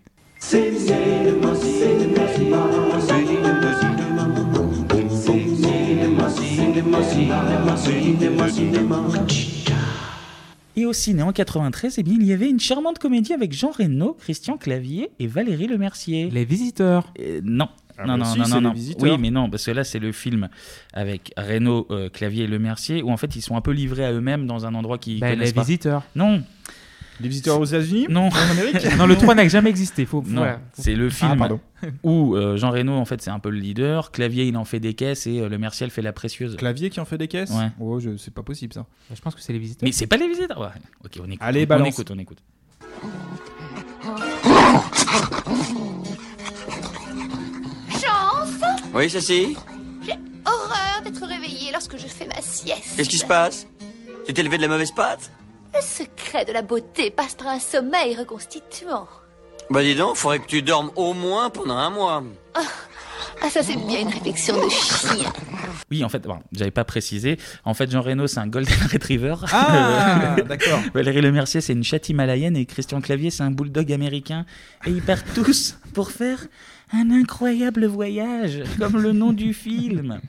S1: Et au ciné en 93, eh bien, il y avait une charmante comédie avec Jean Reno, Christian Clavier et Valérie Lemercier. Euh,
S9: Les visiteurs.
S1: non.
S9: Ah
S1: non,
S9: bah
S1: non,
S9: si,
S1: non,
S9: c'est
S1: non,
S9: Les
S1: non.
S9: Visiteurs.
S1: Oui, mais non, parce que là, c'est le film avec Reno, euh, Clavier et Lemercier, où en fait, ils sont un peu livrés à eux-mêmes dans un endroit qui.
S9: Bah, les visiteurs.
S1: Non.
S8: Les visiteurs aux États-Unis
S1: Non.
S8: En Amérique
S9: Non, le 3 n'a jamais existé. Faut, faut-
S1: Non,
S9: voilà.
S1: c'est le film
S9: Ah, pardon.
S1: où euh, Jean Reno, en fait, c'est un peu le leader. Clavier, il en fait des caisses et euh, le Merciel fait la précieuse.
S8: Clavier qui en fait des caisses
S1: Ouais.
S8: Oh, je- c'est pas possible ça.
S9: Je pense que c'est les visiteurs.
S1: Mais c'est pas les visiteurs. ouais. Ok, on écoute.
S8: Allez,
S1: on
S8: balance.
S1: écoute, on écoute.
S21: Chance
S20: Oui, Cécile
S21: J'ai horreur d'être réveillée lorsque je fais ma sieste.
S20: Qu'est-ce qui se passe Tu t'es levé de la mauvaise patte
S21: Le secret de la beauté passe par un sommeil reconstituant.
S20: Bah dis donc, faudrait que tu dormes au moins pendant un mois.
S21: Ah, ça, c'est bien une réflexion de chien.
S1: Oui, en fait, bon, j'avais pas précisé. En fait, Jean Reno, c'est un Golden Retriever.
S8: Ah, d'accord.
S1: Valérie Lemercier, c'est une chatte himalayenne et Christian Clavier, c'est un bulldog américain. Et ils partent tous pour faire un incroyable voyage, comme le nom du film.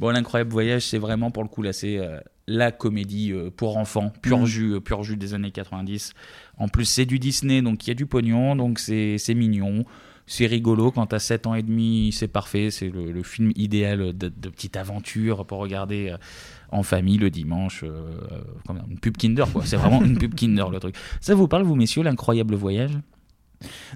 S1: Bon, l'incroyable voyage, c'est vraiment pour le coup là, c'est euh, la comédie euh, pour enfants, pur
S8: Mhm.
S1: jus, euh, pur jus des années 90. En plus, c'est du Disney, donc il y a du pognon, donc c'est c'est mignon. C'est rigolo, quand t'as 7 ans et demi, c'est parfait. C'est le, le film idéal de, de petite aventure pour regarder euh, en famille le dimanche. euh, comme une pub Kinder, quoi. C'est vraiment une pub Kinder, le truc. Ça vous parle, vous, messieurs, l'incroyable voyage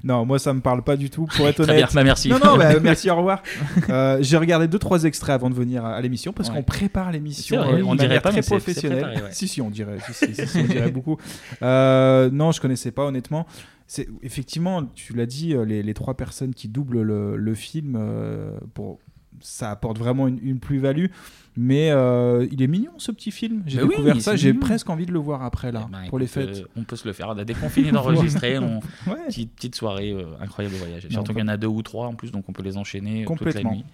S8: Non, moi ça me parle pas du tout, pour être
S1: Très
S8: honnête.
S1: bien, bah, merci.
S8: Non, non, bah, merci, au revoir. Euh, J'ai regardé deux trois extraits avant de venir à, à l'émission parce
S1: Ouais.
S8: qu'on prépare l'émission.
S1: C'est vrai,
S8: euh,
S1: on
S8: de
S1: dirait
S8: manière
S1: pas, mais
S8: très
S1: c'est- c'est
S8: professionnelle.
S1: préparé, ouais.
S8: Si si, on dirait, si, si, si, si, on dirait beaucoup. Euh, non, je connaissais pas honnêtement. C'est effectivement, tu l'as dit, euh, les, les trois personnes qui doublent le, le film euh, pour ça apporte vraiment une, une plus-value. Mais euh, il est mignon ce petit film. J'ai
S1: Bah oui,
S8: découvert
S1: c'est
S8: ça. J'ai
S1: mignon.
S8: presque envie de le voir après là
S1: Ben,
S8: pour les
S1: écoute,
S8: fêtes.
S1: euh, on peut se le faire. Dès qu'on finit d'enregistrer, on...
S8: Ouais.
S1: petite, petite soirée euh, incroyable voyage. Et
S8: Non,
S1: surtout
S8: on
S1: qu'il y en a deux ou trois en plus, donc on peut les enchaîner euh, toute la
S8: Complètement.
S1: nuit.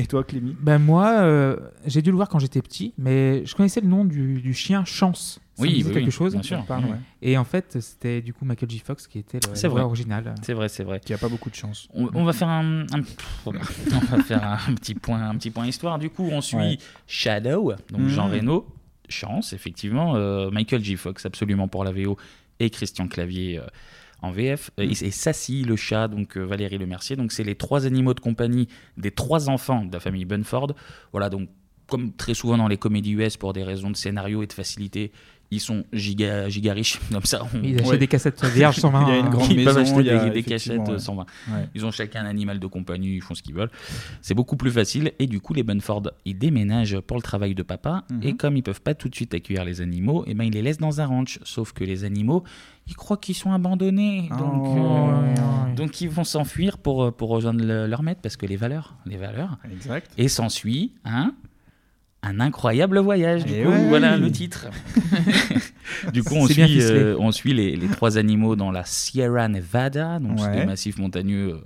S8: Et toi, Clémy
S9: Ben moi, euh, j'ai dû le voir quand j'étais petit, mais je connaissais le nom du, du chien Chance. Ça
S1: Oui,
S9: me disait
S1: oui, oui,
S9: quelque chose.
S1: bien sûr,
S9: Parle,
S1: oui.
S9: ouais. Et en fait, c'était du coup Michael J. Fox qui était le
S1: C'est
S9: la
S1: vrai. Mm.
S9: voix originale.
S1: C'est vrai, c'est vrai.
S8: Qui a pas beaucoup de chance.
S1: On, on va faire un, un- pff, on va faire un petit point, un petit point histoire. Du coup, on suit
S8: Ouais.
S1: Shadow, donc Jean
S8: Mhm.
S1: Reno, Chance, effectivement, euh, Michael J. Fox, absolument pour la VO, et Christian Clavier euh, en VF, Euh, et, et Sassy, le chat, donc euh, Valérie Lemercier. Donc, c'est les trois animaux de compagnie des trois enfants de la famille Bunford. Voilà, donc, comme très souvent dans les comédies US, pour des raisons de scénario et de facilité, ils sont giga, giga riches, comme ça. on-
S9: Ils achètent Ouais. des cassettes vierges 120. Il y a une grande
S1: Ah Ils peuvent
S9: maison,
S1: acheter
S9: il y a
S1: des, des
S9: effectivement,
S1: cassettes euh,
S9: ouais.
S1: 120.
S9: Ouais.
S1: Ils ont chacun un animal de compagnie, ils font ce qu'ils veulent. C'est beaucoup plus facile. Et du coup, les Bunford, ils déménagent pour le travail de papa.
S8: Mhm.
S1: Et comme ils peuvent pas tout de suite accueillir les animaux, eh ben, ils les laissent dans un ranch. Sauf que les animaux, ils croient qu'ils sont abandonnés. Donc,
S8: Oh.
S1: euh, donc ils vont s'enfuir pour, euh, pour rejoindre le- leur maître parce que les valeurs. Les valeurs.
S8: Exact.
S1: Et s'ensuit un. Un incroyable voyage, du
S8: Eh
S1: coup,
S8: ouais.
S1: voilà le titre. du coup, on
S9: C'est bien
S1: suit,
S9: ficelé.
S1: euh, on suit les, les trois animaux dans la Sierra Nevada, donc c'est
S9: Ouais.
S1: des massifs montagneux euh,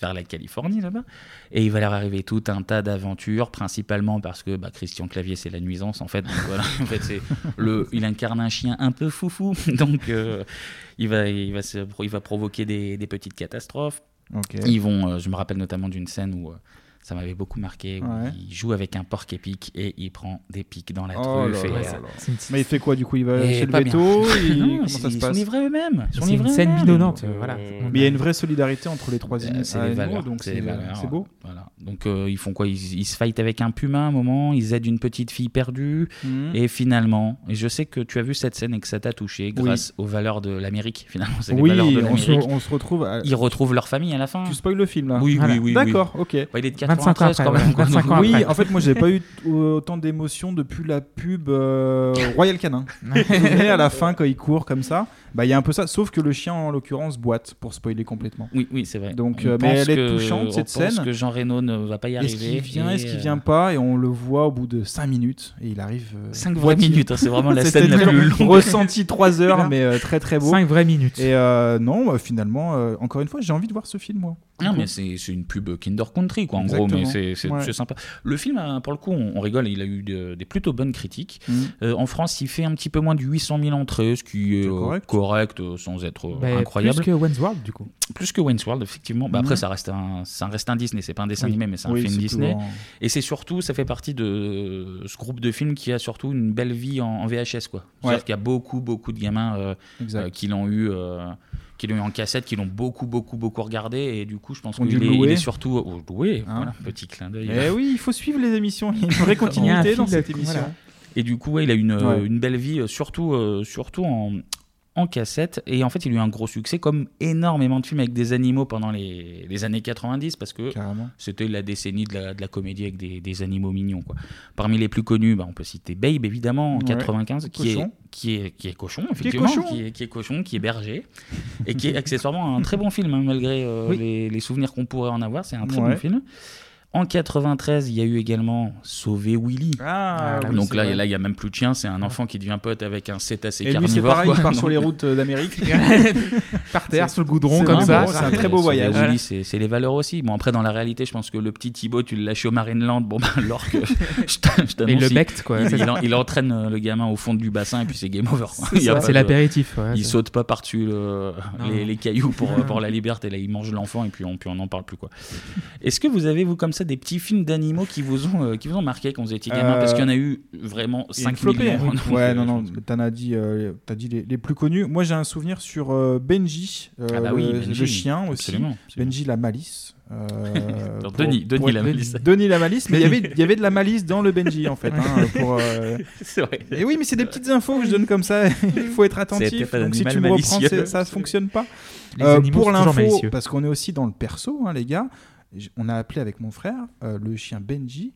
S1: vers la Californie là-bas. Et il va leur arriver tout un tas d'aventures, principalement parce que bah, Christian Clavier, c'est la nuisance en fait. Donc, voilà, en fait c'est le, il incarne un chien un peu foufou, donc euh, il, va, il, va se- il va provoquer des, des petites catastrophes.
S8: Ok.
S1: Ils vont, euh, je me rappelle notamment d'une scène où euh, ça m'avait beaucoup marqué, où
S8: Ouais.
S1: il joue avec un porc épique et il prend des pics dans la
S8: Oh là
S1: truffe. et,
S8: là
S1: euh,
S8: là là. Mais il fait quoi du coup Il va
S1: Et
S8: chez le
S1: Eh, pas bien.
S8: veto il-
S1: Non,
S8: Comment
S1: c'est-
S8: ça se
S1: ils
S8: passe
S1: sont livrés eux-mêmes. Ils sont
S9: C'est une
S1: livrés
S9: scène
S1: eux-mêmes.
S9: bidonnante, euh, voilà.
S8: Mais il y a une vraie solidarité entre les trois
S1: Euh,
S8: animaux,
S1: c'est les valeurs,
S8: donc
S1: c'est les
S8: c'est
S1: valeurs,
S8: c'est beau.
S1: voilà. Donc euh, ils font quoi ils, ils se fightent avec un puma à un moment, ils aident une petite fille perdue,
S8: Mhm.
S1: et finalement, et je sais que tu as vu cette scène et que ça t'a touché grâce aux valeurs de l'Amérique. Finalement, c'est les
S8: Hmm. Oui,
S1: valeurs de
S8: on se-
S1: l'Amérique.
S8: on se retrouve à-
S1: Ils retrouvent leur famille à la fin.
S8: Tu spoil le film là
S1: Oui,
S8: Voilà.
S1: oui, oui.
S8: D'accord,
S1: oui.
S8: ok.
S1: Ouais, il est de
S8: 25
S1: 93 quand même. quoi. Donc,
S8: Oui, en fait, moi, j'ai pas eu t- autant d'émotions depuis la pub euh, Royal Canin. Vous vous souvenez, à la fin, quand il court comme ça, bah il y a un peu ça. Sauf que le chien, en l'occurrence, boite pour spoiler complètement.
S1: Oui, oui, c'est vrai.
S8: Donc,
S1: On
S8: euh, mais
S1: pense
S8: elle est
S1: que-
S8: touchante cette
S1: On pense
S8: scène.
S1: que Jean Reno ne va pas y
S8: Est-ce
S1: arriver.
S8: qu'il vient,
S1: et,
S8: est-ce qu'il
S1: euh,
S8: vient pas Et on le voit au bout de 5 minutes et il arrive. euh,
S1: 5 vraies minutes, hein, c'est vraiment la scène la plus longue.
S8: Ressenti 3 heures, mais euh, très très beau.
S1: 5
S9: vraies minutes.
S8: Et euh, non, bah, finalement, euh, encore une fois, j'ai envie de voir ce film, moi.
S1: Non, mais c'est c'est une pub Kinder Country, quoi, en gros, mais
S8: Exactement.
S1: c'est- c'est
S8: Ouais.
S1: c'est sympa. Le film, a- pour le coup, on, on rigole, il a eu de- des plutôt bonnes critiques.
S8: Mhm.
S1: Euh, en France, il fait un petit peu moins de 800 000 entrées, ce qui est euh, correct,
S9: correct.
S1: euh, sans être euh,
S9: Bah,
S1: incroyable.
S9: Plus que Wensworld, du coup.
S1: Plus que Wayne's World, effectivement. Bah,
S9: Mhm.
S8: Mm.
S1: Après, ça reste, un, ça reste un Disney, c'est pas un dessin
S9: Oui.
S1: animé, mais c'est un
S9: Oui,
S1: film
S9: c'est
S1: Disney.
S9: toujours un-
S1: Et c'est surtout, ça fait partie de ce groupe de films qui a surtout une belle vie en, en VHS, quoi.
S8: Ouais.
S1: C'est-à-dire qu'il y a beaucoup, beaucoup de gamins euh,
S8: Exact.
S1: euh, qui l'ont eu. euh, qui l'ont eu en cassette, qui l'ont beaucoup, beaucoup, beaucoup regardé, et du coup, je pense
S8: On
S1: qu'il
S8: dit le
S1: est, il
S8: louer.
S1: est surtout oh, loué.
S8: Hein.
S1: voilà, petit clin d'œil.
S8: Eh oui, il faut suivre les émissions. Il y a une vraie continuité dans cette émission.
S1: Et du coup, ouais, il a une,
S8: Ouais.
S1: une belle vie, euh, surtout, euh, surtout en, en cassette. Et en fait, il a eu un gros succès, comme énormément de films avec des animaux pendant les, les années 90, parce que c'était la décennie de la, de la comédie avec des, des animaux mignons. Quoi. Parmi les plus connus, bah, on peut citer Babe, évidemment, en
S8: Ouais.
S1: 95, qui est,
S8: Cochon.
S1: qui, est, qui est cochon,
S8: Qui est
S1: effectivement,
S8: cochon.
S1: qui est, qui est cochon, qui est berger, et qui est accessoirement un très bon film, hein, malgré euh,
S8: Oui.
S1: les, les souvenirs qu'on pourrait en avoir. C'est un très
S8: Ouais.
S1: bon film. En 93, il y a eu également Sauver Willy.
S8: Ah, oui,
S1: donc
S8: c'est
S1: là,
S8: vrai.
S1: là, il y a même plus de chien, c'est un enfant qui devient pote avec un cétacé
S8: Et lui,
S1: carnivore.
S8: c'est pareil,
S1: quoi.
S8: il part
S1: Donc-
S8: sur les routes euh, d'Amérique.
S9: Par terre,
S8: C'est-
S9: sur le goudron,
S8: c'est
S9: comme
S8: vraiment
S9: ça.
S8: beau, C'est un très beau
S1: Sauver
S8: voyage.
S1: Willy, c'est c'est les valeurs aussi. Bon, après, dans la réalité, je pense que le petit Thibaut, tu le lâches au Marineland. Bon, ben, l'orque, je t'a- je t'annonce,
S9: Mais il le becte, quoi.
S1: Il,
S9: C'est
S1: il
S9: ça.
S1: en- il entraîne euh, le gamin au fond du bassin et puis c'est game over. quoi.
S9: C'est
S1: Il y a
S9: ça.
S1: pas
S9: C'est
S1: de-
S9: l'apéritif, ouais,
S1: il
S9: c'est-
S1: saute pas par-dessus le-
S9: Non.
S1: les, les cailloux pour, euh, pour la liberté. Là, il mange l'enfant et puis on puis on n'en parle plus, quoi. Est-ce que vous avez, vous, comme ça, des petits films d'animaux qui vous ont euh, qui vous ont marqué quand vous étiez gamin Parce
S8: Euh,
S1: qu'il y en a eu vraiment
S8: Il y a une
S1: 5
S8: flopée,
S1: millions.
S8: hein.
S1: Donc,
S8: Ouais,
S1: euh,
S8: non, non, t'en as dit, euh, t'as dit les, les plus connus. Moi, j'ai un souvenir sur euh, Benji, euh,
S1: Ah bah oui,
S8: le,
S1: Benji,
S8: le chien aussi.
S1: absolument,
S8: Benji la malice. euh,
S1: Dans Denis, Denis la
S8: être-
S1: malice.
S8: Denis la malice, mais il y avait- il y avait de la malice dans le Benji en fait. hein, pour, euh,
S1: C'est vrai.
S8: Et oui, mais c'est des petites infos que je donne comme ça.
S9: Mm.
S8: Il faut être
S1: C'était
S8: attentif.
S1: pas
S8: Donc si
S1: d'animal
S8: tu me reprends,
S1: malicieux.
S8: c'est- ça fonctionne pas.
S9: Les
S8: Euh,
S9: animaux
S8: pour
S9: sont toujours
S8: l'info,
S9: malicieux.
S8: parce qu'on est aussi dans le perso, hein, les gars. j- On a appelé avec mon frère euh, le chien Benji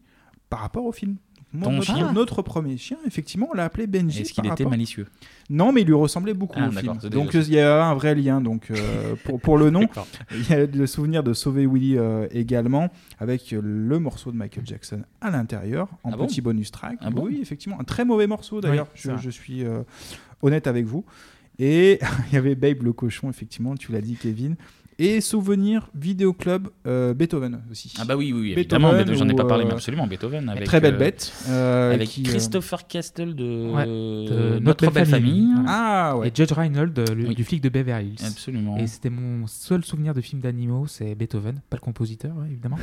S8: par rapport au film. Moi,
S1: Ton
S8: notre,
S1: chien.
S8: notre premier chien, effectivement, on l'a appelé Benji.
S1: Est-ce qu'il
S8: par
S1: était
S8: rapport-
S1: malicieux
S8: Non, mais il lui ressemblait beaucoup
S1: Ah,
S8: au
S1: d'accord,
S8: film.
S1: c'est
S8: Donc
S1: déjà ça.
S8: il y a un vrai lien. Donc euh, pour, pour le nom,
S1: D'accord.
S8: il y a le souvenir de Sauver Willy euh, également, avec euh, le morceau de Michael Jackson à l'intérieur en
S1: Ah bon
S8: petit bonus track.
S1: Ah bon
S8: oui, effectivement, un très mauvais morceau d'ailleurs.
S1: Oui, c'est
S8: je,
S1: vrai.
S8: je suis euh, honnête avec vous. Et il y avait Babe le cochon, effectivement, tu l'as dit, Kevin. Et souvenir vidéo club euh, Beethoven aussi.
S1: Ah bah oui, oui, évidemment, Beethoven, j'en ai
S8: ou,
S1: pas parlé, mais
S8: euh,
S1: absolument, Beethoven. Avec,
S8: très belle
S1: euh,
S8: bête. euh,
S1: avec
S8: qui, euh,
S1: Christopher Castle de,
S9: Ouais,
S1: de
S9: de
S1: Notre Belle Famille.
S8: Ah ouais.
S9: Et Judge Reinhold, euh, le- du flic de Beverly Hills.
S1: Absolument.
S9: Et c'était mon seul souvenir de film d'animaux, c'est Beethoven, pas le compositeur, ouais, évidemment.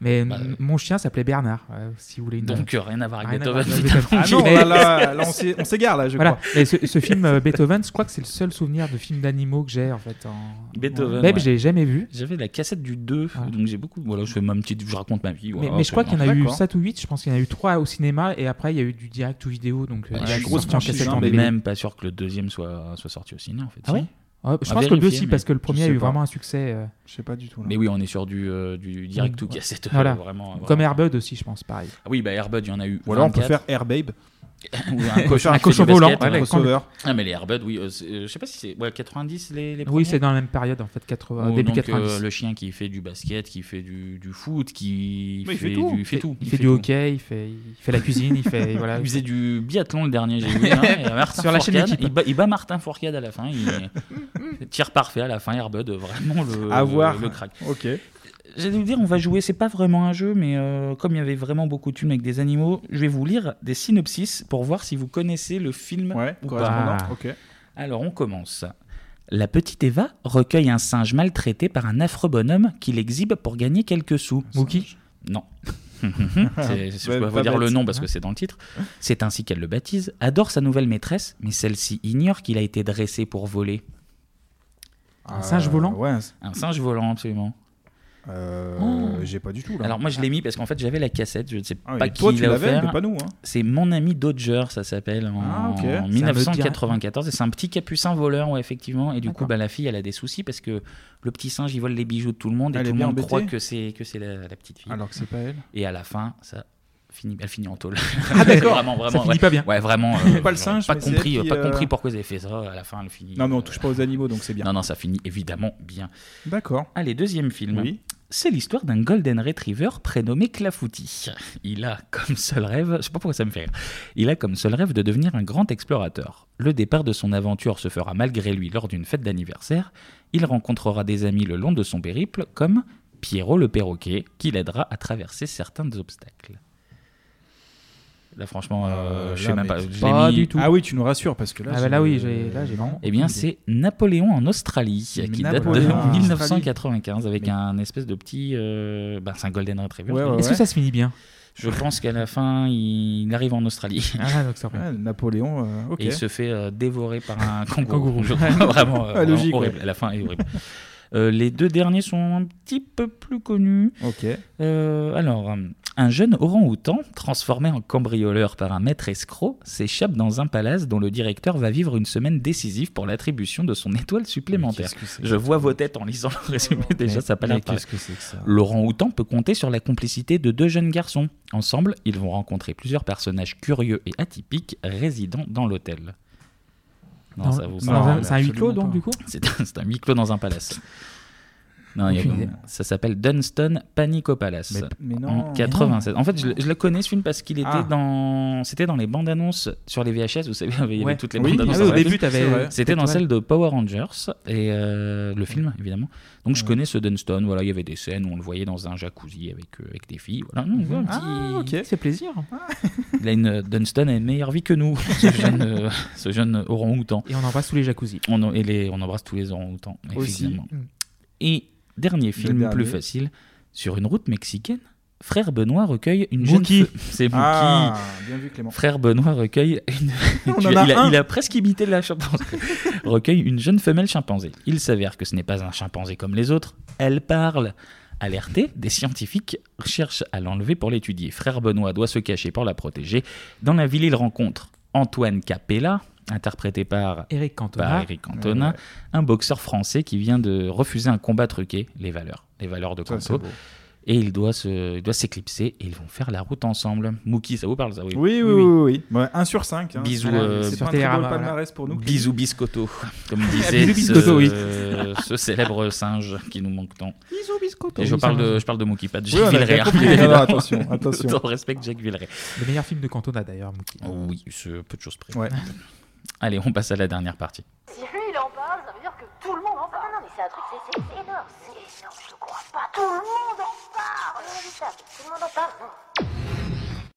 S9: Mais
S1: Bah,
S9: m- mon chien s'appelait Bernard, euh, si vous voulez. une-
S1: Donc, euh, rien à voir avec
S9: Rien
S1: Beethoven, oh
S8: Ah non, là, là, là, on s'é- on s'égare, là, je
S9: Voilà.
S8: crois.
S9: Mais ce, ce film euh, Beethoven, je crois que c'est le seul souvenir de film d'animaux que j'ai en fait. En...
S1: Beethoven.
S9: Même
S1: ouais.
S9: j'ai jamais vu.
S1: J'avais la cassette du 2, donc j'ai beaucoup. Voilà, je fais ma petite. Je raconte ma vie.
S9: Ah. Mais,
S1: voilà,
S9: mais je crois qu'il y en a eu
S1: D'accord.
S9: 7 ou 8, je pense qu'il y en a eu 3 au cinéma et après il y a eu du direct ou vidéo. Donc euh,
S1: Ouais,
S9: il
S1: Ah, je
S9: y a
S1: suis
S9: eu sorti en
S1: franchise,
S9: cassette
S1: hein,
S9: en
S1: mais
S9: DVD.
S1: même pas sûr que le deuxième soit, soit sorti au ciné en fait.
S9: Ah
S1: Si.
S9: ouais Ouais, Je
S1: À
S9: pense que le
S1: vérifier,
S9: 2 si,
S1: mais-
S9: parce que le premier a
S1: je sais
S9: eu
S1: pas. Ah,
S9: vraiment un succès. euh,
S8: Je sais pas du tout.
S1: Mais oui, on est sur du, euh, du direct
S9: Oui,
S1: ou
S9: ouais.
S1: cassette. euh,
S9: Voilà.
S1: Vraiment,
S9: Comme
S1: vraiment.
S9: Airbud aussi, je pense, pareil.
S1: Ah oui, bah Airbud, il y en a eu.
S8: Ou alors on peut
S1: 24.
S8: faire Airbabe.
S1: Ou
S8: On peut
S1: un cochon,
S8: faire un
S1: qui fait du
S8: cochon volant,
S1: basket,
S8: ouais,
S1: ouais.
S8: crossover.
S1: Ah, mais les Airbud, oui. euh, c'est- euh, je sais pas si c'est. Ouais, 90 les, les
S9: Oui,
S1: premiers.
S9: c'est dans la même période en fait, 80,
S1: Ou
S9: Oh, début
S1: donc, euh,
S9: 90.
S1: le chien qui fait du basket, qui fait du, du foot, qui
S9: Oui, il
S1: fait,
S9: fait tout.
S1: Du, il fait tout.
S9: Il fait du hockey, il fait, il fait la cuisine, il fait. Voilà.
S1: Il faisait du biathlon le dernier, j'ai vu. hein, et Martin
S9: Sur la chaîne
S1: Fourcade,
S9: d'équipe.
S1: il, bat, il bat Martin Fourcade à la fin. Il tire parfait à la fin, Airbud, vraiment le,
S8: À
S1: le,
S8: voir.
S1: le crack.
S8: Ok.
S1: J'allais vous dire, on va jouer, c'est pas vraiment un jeu, mais euh, comme il y avait vraiment beaucoup de films avec des animaux, je vais vous lire des synopsis pour voir si vous connaissez le film
S8: Ouais,
S1: ou
S8: correspondant,
S1: pas. Alors, on commence. La petite Eva recueille un singe maltraité par un affreux bonhomme qui l'exhibe pour gagner quelques sous. Mookie Non. C'est- je
S8: Ouais,
S1: peux pas vous
S8: pas
S1: dire le
S8: bête.
S1: nom parce que c'est dans le titre. C'est ainsi qu'elle le baptise. Adore sa nouvelle maîtresse, mais celle-ci ignore qu'il a été dressé pour voler.
S8: Un singe volant Euh, ouais,
S1: Un singe volant, absolument.
S8: Euh, j'ai pas du tout, là.
S1: Oh. Alors moi je l'ai mis parce qu'en fait j'avais la cassette, je ne sais
S8: Ah oui,
S1: pas qui
S8: toi, tu
S1: l'a
S8: l'avais, mais
S1: offert.
S8: pas nous, hein.
S1: C'est mon ami Dodger, ça s'appelle, en,
S8: Ah, ok.
S1: en
S8: Ça me dit-
S1: 1994. Et c'est un petit capucin voleur, ouais, effectivement. Et du coup bah, la fille elle a des soucis parce que le petit singe il vole les bijoux de tout le monde et
S8: Elle est
S1: tout le
S8: bien
S1: monde
S8: embêtée
S1: croit que c'est que c'est la, la petite fille.
S8: Alors que c'est pas elle.
S1: Et à la fin ça finit, elle finit en tôle.
S8: Ah, d'accord.
S1: vraiment, vraiment.
S8: Ça finit
S1: ouais.
S8: pas bien.
S1: Ouais vraiment.
S8: Il y a pas
S1: j'aurais
S8: le singe,
S1: Pas
S8: mais c'est elle
S1: compris,
S8: qui,
S1: pas
S8: euh,
S1: compris pourquoi ils avaient fait ça. À la fin elle finit.
S8: Non, mais on touche pas aux animaux, donc c'est bien.
S1: Non, non, ça finit évidemment bien.
S8: D'accord.
S1: Allez, deuxième film.
S8: Oui.
S1: C'est l'histoire d'un Golden Retriever prénommé Clafouti. Il a comme seul rêve, je sais pas pourquoi ça me fait rire, il a comme seul rêve de devenir un grand explorateur. Le départ de son aventure se fera malgré lui lors d'une fête d'anniversaire. Il rencontrera des amis le long de son périple, comme Pierrot le perroquet, qui l'aidera à traverser certains des obstacles. Là, franchement, euh, je sais
S8: là,
S1: même
S8: mais
S1: pas. je l'ai
S8: pas
S1: mis-
S8: du tout. Ah oui, tu nous rassures parce que là.
S1: Ah
S8: j'ai-
S1: bah là, oui, j'ai-
S9: là, j'ai vraiment
S1: eh bien,
S9: aucune
S1: c'est Napoléon en Australie qui date de
S9: Napoléon en
S1: 1995 avec un espèce de petit. euh, bah, c'est un Golden Retriever.
S9: Ouais, ouais, Est-ce que ouais. ça se finit bien
S1: Je pense qu'à la fin, il arrive en Australie.
S9: Ah, donc ça revient.
S8: Ah, Napoléon, euh, ok.
S1: Et il se fait euh, dévorer par un
S8: Kangourou.
S1: kangourou. Je crois vraiment, euh,
S8: Ah, logique,
S1: vraiment horrible.
S8: ouais.
S1: La fin est horrible. Euh, les deux derniers sont un petit peu plus connus.
S8: Ok.
S1: Euh, alors, un jeune orang-outan, transformé en cambrioleur par un maître escroc, s'échappe dans un palace dont le directeur va vivre une semaine décisive pour l'attribution de son étoile supplémentaire. Je vois vos têtes en lisant le résumé, déjà
S9: Mais-
S1: ça n'a pas
S9: mais
S1: l'air pareil.
S9: qu'est-ce que c'est que ça
S1: L'orang-outan peut compter sur la complicité de deux jeunes garçons. Ensemble, ils vont rencontrer plusieurs personnages curieux et atypiques résidant dans l'hôtel. Non,
S9: Dans-
S1: ça vous
S9: dans
S1: parle
S9: un- c'est un huis clos,
S1: absolument
S9: donc,
S1: pas.
S9: du coup
S1: C'est un, c'est un huis clos dans un palace. Non, il y a-
S9: Aucune idée.
S1: ça s'appelle Dunston Panico Palace
S9: Mais- mais non, mais
S1: en
S9: non.
S1: 96. En fait, je, le- je le connais ce film parce qu'il était
S9: Ah.
S1: dans, c'était dans les bandes annonces sur les VHS. Vous savez, il y avait
S9: Ouais.
S1: toutes les
S9: Oui,
S1: bandes
S9: ah
S1: annonces.
S9: oui, au
S1: dans les
S9: début,
S1: films.
S9: t'avais, euh,
S1: C'était dans
S9: Batman.
S1: celle de Power Rangers et euh, le film évidemment. Donc je connais ce Dunston. Voilà, il y avait des scènes où on le voyait dans un jacuzzi avec euh, avec des filles. Voilà, on voit un petit-
S9: Ah, ok. C'est plaisir.
S1: Ah. il a une Dunston a une meilleure vie que nous, ce jeune, euh, ce jeune orang-outan.
S9: Et on embrasse tous les jacuzzis.
S1: On, en- et les- on embrasse tous les orang-outans,
S9: Aussi.
S1: effectivement.
S9: Mm.
S1: Et dernier film,
S9: dernier.
S1: plus facile, sur une route mexicaine, Frère Benoît recueille une
S8: Mookie.
S1: jeune... fe- C'est Mookie.
S8: Ah, bien vu, Clément.
S1: Frère Benoît recueille une...
S8: On
S1: Tu
S8: en
S1: as-
S8: a
S1: il, a,
S8: un.
S1: il a presque imité la chimpanzé. recueille une jeune femelle chimpanzé. Il s'avère que ce n'est pas un chimpanzé comme les autres. Elle parle. Alerté, des scientifiques cherchent à l'enlever pour l'étudier. Frère Benoît doit se cacher pour la protéger. Dans la ville, il rencontre Antoine Capella, interprété par
S9: Eric Cantona.
S1: par Bah, Eric Cantona, un boxeur français qui vient de refuser un combat truqué, les valeurs, les valeurs de
S8: Ça, c'est
S1: Canto.
S8: beau.
S1: Et il doit se- il doit s'éclipser et ils vont faire la route ensemble. Mookie, ça vous parle ça
S8: Oui, oui, oui. 1 sur 5.
S1: Bisous, euh,
S8: C'est pas un très beau palmarès pour nous.
S1: Bisous biscotto, comme
S8: Ah,
S1: disait
S8: bisous,
S1: ce,
S8: biscotto, oui.
S1: ce célèbre singe qui nous manque tant.
S9: Bisous biscotto.
S1: Et je
S9: Oui,
S1: parle
S9: ça va.
S1: de, je parle de Mookie, pas de
S9: Oui,
S1: Jacques
S9: on a bien
S1: Villeray.
S9: compris.
S1: bien
S9: Non, non,
S1: évidemment.
S9: attention, attention.
S1: Tout le respect que Jacques Villeray.
S9: Le meilleur film de Cantona d'ailleurs, Mookie.
S1: Oui, ce peu de choses près. Allez, on passe à la dernière partie.
S3: Si lui il en parle, ça veut dire que tout le monde en parle. Ah Non, non, mais c'est un truc, c'est c'est énorme. C'est énorme, je crois pas. Tout le monde en parle. Tout le monde en parle.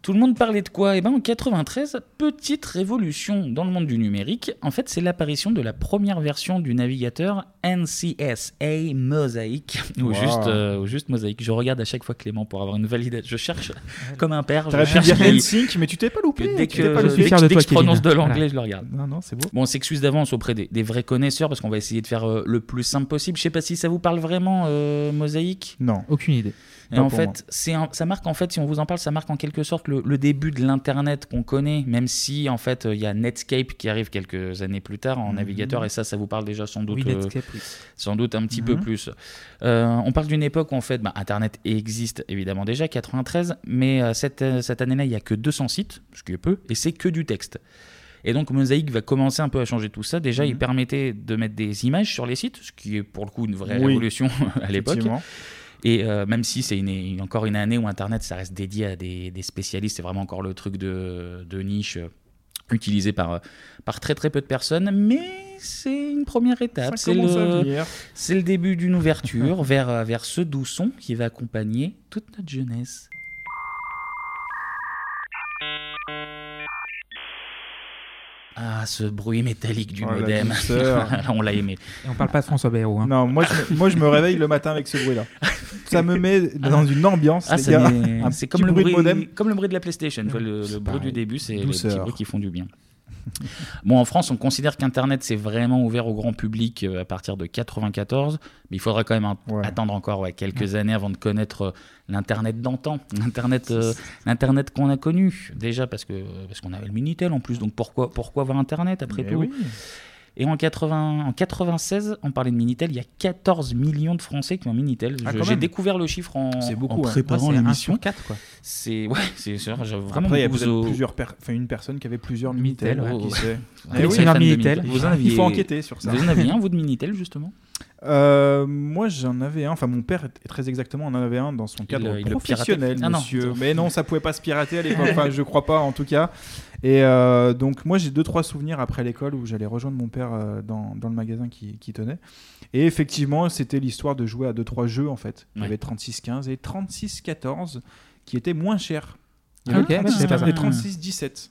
S1: Tout le monde parlait de quoi Eh ben en 93, petite révolution dans le monde du numérique. En fait, c'est l'apparition de la première version du navigateur NCSA Mosaic ou
S9: Wow.
S1: juste euh, ou juste Mosaic. Je regarde à chaque fois Clément pour avoir une validation. Je cherche comme un père.
S8: T'aurais
S1: Je cherche
S8: pu dire
S1: les-
S8: NSYNC, mais tu t'es pas loupé,
S1: Dès
S8: tu
S1: que,
S8: t'es pas
S1: dès
S8: loupé.
S1: que-
S8: Je suis fier de
S1: dès que
S8: toi,
S1: je prononce
S8: Kevin.
S1: de l'anglais,
S8: Voilà.
S1: je le regarde.
S8: Non, non, c'est beau.
S1: Bon, on s'excuse d'avance auprès des, des vrais connaisseurs parce qu'on va essayer de faire euh, le plus simple possible. Je sais pas si ça vous parle vraiment, euh, Mosaïque.
S8: Non, aucune idée.
S1: Et
S8: Pas
S1: en
S8: pour moi.
S1: fait, c'est un- ça marque en fait, si on vous en parle, ça marque en quelque sorte le, le début de l'internet qu'on connaît, même si en fait il y a Netscape qui arrive quelques années plus tard en
S9: Mhm.
S1: navigateur et ça, ça vous parle déjà sans doute, euh,
S9: Oui, Netscape, oui.
S1: sans doute un petit peu
S9: Mhm.
S1: plus. Euh, on parle d'une époque où en fait, bah, internet existe évidemment déjà 93, mais euh, cette, euh, cette année-là il y a que 200 sites, ce qui est peu, et c'est que du texte. Et donc Mosaic va commencer un peu à changer tout ça. Déjà, il permettait de mettre des images sur les sites, ce qui est pour le coup une vraie
S8: Oui.
S1: révolution à l'époque.
S8: Effectivement.
S1: Et euh, même si c'est une- une- encore une année où Internet, ça reste dédié à des, des spécialistes, c'est vraiment encore le truc de, de niche. euh, utilisé par, par très très peu de personnes, mais c'est une première étape.
S8: Ça
S1: C'est
S8: commence à
S1: le,
S8: venir.
S1: c'est le début d'une ouverture vers, euh, vers ce doux son qui va accompagner toute notre jeunesse. Ah, ce bruit métallique du
S8: Oh, la
S1: modem.
S8: douceur.
S1: Là, on l'a aimé.
S9: Et on parle pas de François Bayrou. hein.
S8: Non, moi je, me- moi, je me réveille le matin avec ce bruit-là. Ça me met dans une ambiance.
S1: Ah,
S8: les
S1: ça
S8: gars.
S1: met-
S8: Un
S1: c'est
S8: petit
S1: comme le bruit,
S8: de modem.
S1: comme le bruit de la PlayStation. tu vois, le le bruit
S8: pareil.
S1: du début, c'est les petits
S8: Douceur.
S1: bruits qui font du bien. Bon, en France, on considère qu'Internet s'est vraiment ouvert au grand public euh, à partir de 94, mais il faudra quand même un- attendre encore ouais, quelques années avant de connaître euh, l'Internet d'antan, l'Internet, euh, l'Internet qu'on a connu déjà parce que parce qu'on avait le minitel en plus, donc pourquoi pourquoi avoir Internet après
S8: Mais
S1: tout
S8: oui.
S1: Et en, 80, en 96, on parlait de Minitel, il y a 14 millions de Français qui ont un Minitel.
S8: Ah,
S1: Je-
S8: quand
S1: J'ai
S8: même.
S1: découvert le chiffre en,
S8: C'est beaucoup,
S1: en
S8: ouais.
S1: préparant
S8: Ouais, c'est un
S1: l'émission.
S8: sur quatre, quoi.
S1: C'est ouais, c'est sûr, j'ai vraiment
S8: Après, il y a
S1: beaucoup
S8: peut-être
S1: aux-
S8: plusieurs per- enfin, une personne qui avait plusieurs Minitel.
S1: Minitel,
S8: qui
S1: ouais. Un
S8: sait. Eh oui,
S1: collectionneur
S8: fan de
S1: Minitel. Vous en aviez-
S8: Il faut enquêter sur ça.
S1: Vous en aviez un, vous, de Minitel, justement
S8: Euh, Moi, j'en avais un. Enfin, mon père, est- très exactement, en avait un dans son cadre
S1: le- il le
S8: professionnel,
S1: piratait. Ah non.
S8: monsieur. Mais non, ça pouvait pas se pirater à l'époque. Enfin, je crois pas, en tout cas. Et euh, donc, moi, j'ai deux, trois souvenirs après l'école où j'allais rejoindre mon père euh, dans, dans le magasin qui, qui tenait. Et effectivement, c'était l'histoire de jouer à deux, trois jeux, en fait. Il y
S1: Ouais.
S8: avait 36-15 et 36-14 qui étaient moins chers. Il y
S9: Ah,
S8: avait
S9: ok, mais
S8: 36,
S9: c'est pas
S8: 15 et
S9: mal.
S8: 36-17.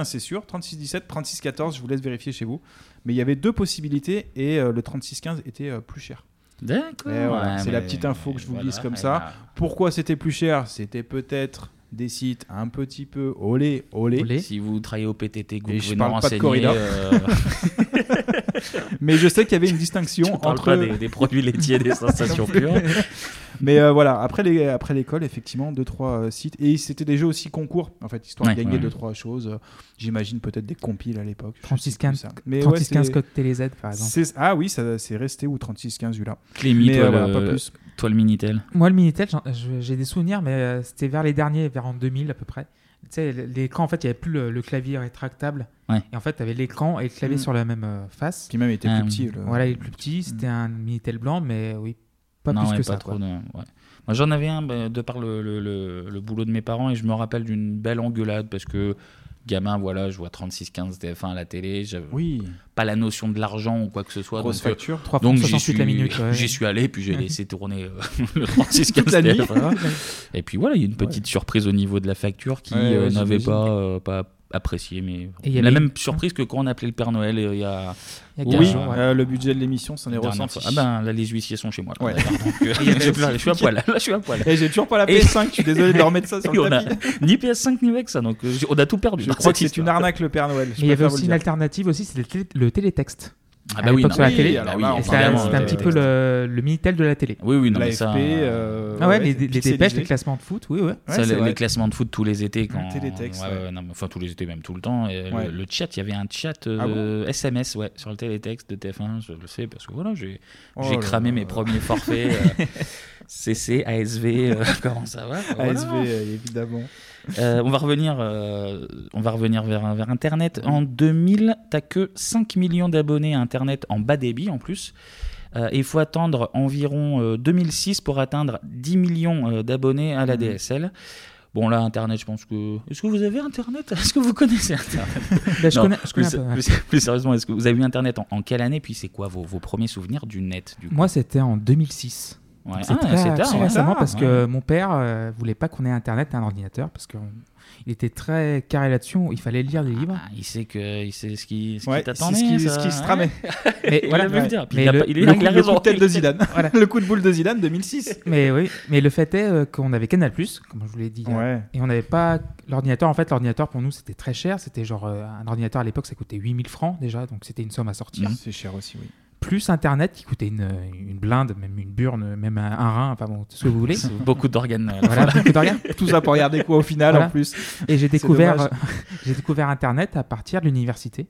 S8: 36-15, c'est sûr. 36-17, 36-14, je vous laisse vérifier chez vous. Mais il y avait deux possibilités et euh, le 36-15 était euh, plus cher.
S1: D'accord.
S8: Et voilà,
S1: Ouais,
S8: Eh c'est la
S1: mais-
S8: petite info que je vous
S1: voilà,
S8: glisse comme
S1: et
S8: ça.
S1: bah-
S8: Pourquoi c'était plus cher C'était peut-être des sites un petit peu olé, olé.
S1: Si vous travaillez au PTT, que vous
S8: Et
S1: pouvez
S8: je
S1: nous
S8: parle pas de
S1: renseigner.
S8: corrida.
S1: euh,
S8: Mais je sais qu'il y avait une distinction
S1: On parle
S8: entre
S1: pas des, des produits laitiers, des sensations pures.
S8: Mais euh, voilà, après les- après l'école, effectivement, deux trois euh, sites et c'était des jeux aussi concours en fait, histoire
S9: Ouais,
S8: de gagner
S9: ouais.
S8: deux trois choses. Euh, J'imagine peut-être des compiles à l'époque. je sais
S9: 36,
S8: plus ça. Mais
S9: 36,
S8: c'est-
S9: 15 code TéléZ, par exemple.
S8: c'est- Ah oui, ça c'est resté ou 36 15 là.
S1: Clémy,
S8: Mais
S1: toi,
S8: euh, voilà,
S1: le-
S8: pas plus.
S1: toi, le Minitel.
S9: Moi, le Minitel, j'en- je- j'ai des souvenirs, mais euh, c'était vers les derniers, vers en 2000 à peu près. Tu sais, l'écran, en fait, il n'y avait plus le, le clavier rétractable.
S1: Ouais.
S9: Et en fait, tu avais l'écran et le clavier
S8: Mm.
S9: sur la même euh, face.
S8: Qui même était plus petit,
S1: Euh,
S8: le-
S9: Voilà, il est plus petit. C'était un Minitel blanc, mais oui, pas
S1: mm. Non,
S9: plus
S1: ouais,
S9: que
S1: pas
S9: ça.
S1: trop,
S9: quoi.
S1: non, ouais. Moi, j'en avais un bah, de par le, le- le- le boulot de mes parents et je me rappelle d'une belle engueulade parce que gamin, voilà, je vois 36-15 TF1 à la télé, j'avais
S8: Oui.
S1: pas la notion de l'argent ou quoi que ce soit.
S8: Grosse
S1: donc, euh,
S8: facture,
S1: donc
S9: 3,68
S1: j'y suis,
S9: la minute, ouais.
S1: j'y suis allé, puis j'ai laissé tourner euh, le 36-15
S9: Toute la nuit.
S1: TF1. Et puis voilà, il y a une petite surprise au niveau de la facture qui
S9: Ouais, ouais,
S1: euh, n'avait
S9: j'imagine.
S1: pas, euh, pas apprécié, mais
S9: Et il y
S1: la
S9: avait
S1: même
S9: une-
S1: surprise que quand on appelait le Père Noël euh, il y a...
S9: Il y a quinze
S1: Oui,
S9: jours, ouais.
S8: Euh, le budget de l'émission, s'en est
S1: Dernière
S8: ressenti.
S1: fois. Ah ben là, les huissiers sont chez moi.
S8: Ouais.
S1: D'accord, donc, euh,
S8: Il y a
S1: je, je suis à poil. Là, je suis à poil.
S8: Et j'ai toujours pas la
S1: Et-
S8: PS5, je suis désolé de leur mettre ça sur
S1: Et
S8: le
S1: on a
S8: tapis.
S1: Ni PS5 ni avec ça, donc euh, on a tout perdu.
S8: Je
S1: dans
S8: crois
S1: cette
S8: que c'est une
S1: histoire.
S8: arnaque le Père Noël. je
S9: Mais il y avait
S8: préfère vous
S9: aussi
S8: le
S9: une
S8: dire.
S9: alternative aussi, c'était le, télé- le télétexte.
S1: Ah
S9: À
S1: bah oui,
S9: l'époque,
S1: non,
S9: sur la
S1: oui,
S9: télé,
S1: alors là,
S9: et
S1: on
S9: c'était
S1: parle euh,
S9: c'était un
S1: de
S9: petit peu le, le Minitel de la télé.
S1: Oui, oui, non, mais
S9: L'AFP,
S1: ça.
S9: euh, Ah ouais, ouais, les- les pixelisé. dépêches, les classements de foot, oui,
S1: Ça,
S9: ouais. Ouais, c'est
S1: les,
S9: vrai.
S1: les classements de foot tous les étés. Quand,
S9: télétexte,
S1: ouais, ouais, non, mais enfin, tous les étés, même tout le temps. et
S9: Ouais.
S1: le, le chat, il y avait un chat euh,
S9: Ah
S1: SMS ouais, sur le télétexte de TF1, je le sais, parce que voilà, j'ai
S9: Oh
S1: j'ai
S9: là
S1: cramé
S9: là.
S1: mes premiers forfaits. euh, CC, ASV, euh, comment ça va Voilà.
S8: ASV, euh, évidemment.
S1: Euh, on va revenir, euh, on va revenir vers, vers Internet. En 2000, t'as que 5 millions d'abonnés à Internet en bas débit en plus. Euh, et il faut attendre environ euh, 2006 pour atteindre 10 millions euh, d'abonnés à
S9: Mmh.
S1: la DSL. Bon là, Internet, je pense que... Est-ce que vous avez Internet Est-ce que vous connaissez Internet
S9: Bah, je
S1: Non,
S9: connais- je
S1: plus,
S9: connais un peu, ouais.
S1: plus- plus sérieusement, est-ce que vous avez eu Internet en, en quelle année Puis c'est quoi vos, vos premiers souvenirs du net du coup
S9: Moi, c'était en 2006.
S1: Ouais.
S9: Donc, C'est
S1: Ah,
S9: très,
S1: c'est
S9: très
S1: tard, ouais.
S9: récemment
S1: Tard,
S9: parce
S1: ouais.
S9: que mon père euh, voulait pas qu'on ait internet à un ordinateur parce qu'il était très carré là-dessus. Il fallait lire des livres.
S1: Ah, Il sait que il sait ce qui, ce qui
S9: Ouais,
S1: t'attendait.
S9: c'est ce qui-
S1: ça, Oh,
S9: ce qui se
S1: hein
S9: tramait. Mais
S1: il
S9: voilà,
S1: a vu le
S9: ouais.
S1: dire. Puis
S9: Mais
S1: il a
S9: le-
S1: pas- il a-
S9: le
S1: il a
S9: coup- le
S1: raison.
S9: coup de tête de Zidane.
S8: Voilà. Le coup de boule de Zidane 2006.
S9: Mais oui, mais le fait est euh, qu'on avait Canal comme je vous l'ai dit, euh,
S8: Ouais.
S9: et on n'avait pas l'ordinateur. En fait, l'ordinateur pour nous c'était très cher. C'était genre euh, un ordinateur à l'époque ça coûtait 8000 francs déjà, donc c'était une somme à sortir.
S8: Mhm. C'est cher aussi, oui.
S9: Plus internet qui coûtait une, euh, une blinde, même une burne, même un, un rein, enfin bon, tout ce que vous voulez.
S1: C'est beaucoup d'organes, euh,
S9: Voilà,
S1: voilà.
S9: beaucoup d'organes.
S8: Tout ça pour regarder quoi au final, en plus
S9: Et j'ai
S8: C'est
S9: découvert,
S8: dommage.
S9: euh, j'ai découvert internet à partir de l'université.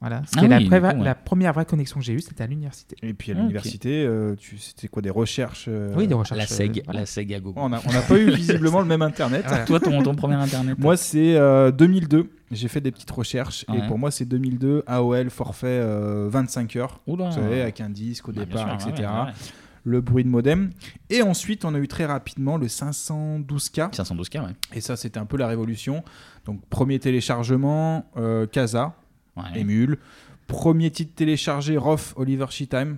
S9: Voilà, ce qui
S8: Ah
S9: est la,
S8: oui,
S9: pré-
S8: du coup, ouais.
S9: la première vraie connexion que j'ai eue, c'était à l'université.
S8: Et puis à
S9: Ah, Ok.
S8: l'université, euh, tu- c'était quoi des recherches euh,
S9: Oui, des recherches, La
S1: seg- euh, voilà. la seg à gogo.
S8: On n'a pas eu visiblement le même internet.
S9: Ah,
S1: Voilà. Toi, ton- ton premier internet.
S8: Moi, c'est euh, 2002. J'ai fait des petites recherches
S1: Ouais.
S8: et pour moi, c'est 2002 AOL forfait euh, 25 heures.
S1: Oula.
S8: Vous savez, avec un disque au
S1: Bah, bien
S8: départ,
S1: sûr,
S8: etc.
S1: ouais, ouais, ouais.
S8: le bruit de modem. Et ensuite, on a eu très rapidement le 512K.
S1: 512K, ouais.
S8: Et ça, c'était un peu la révolution. Donc, premier téléchargement, euh, Casa, Emule. Premier titre téléchargé, Rof, Oliver Sheetime.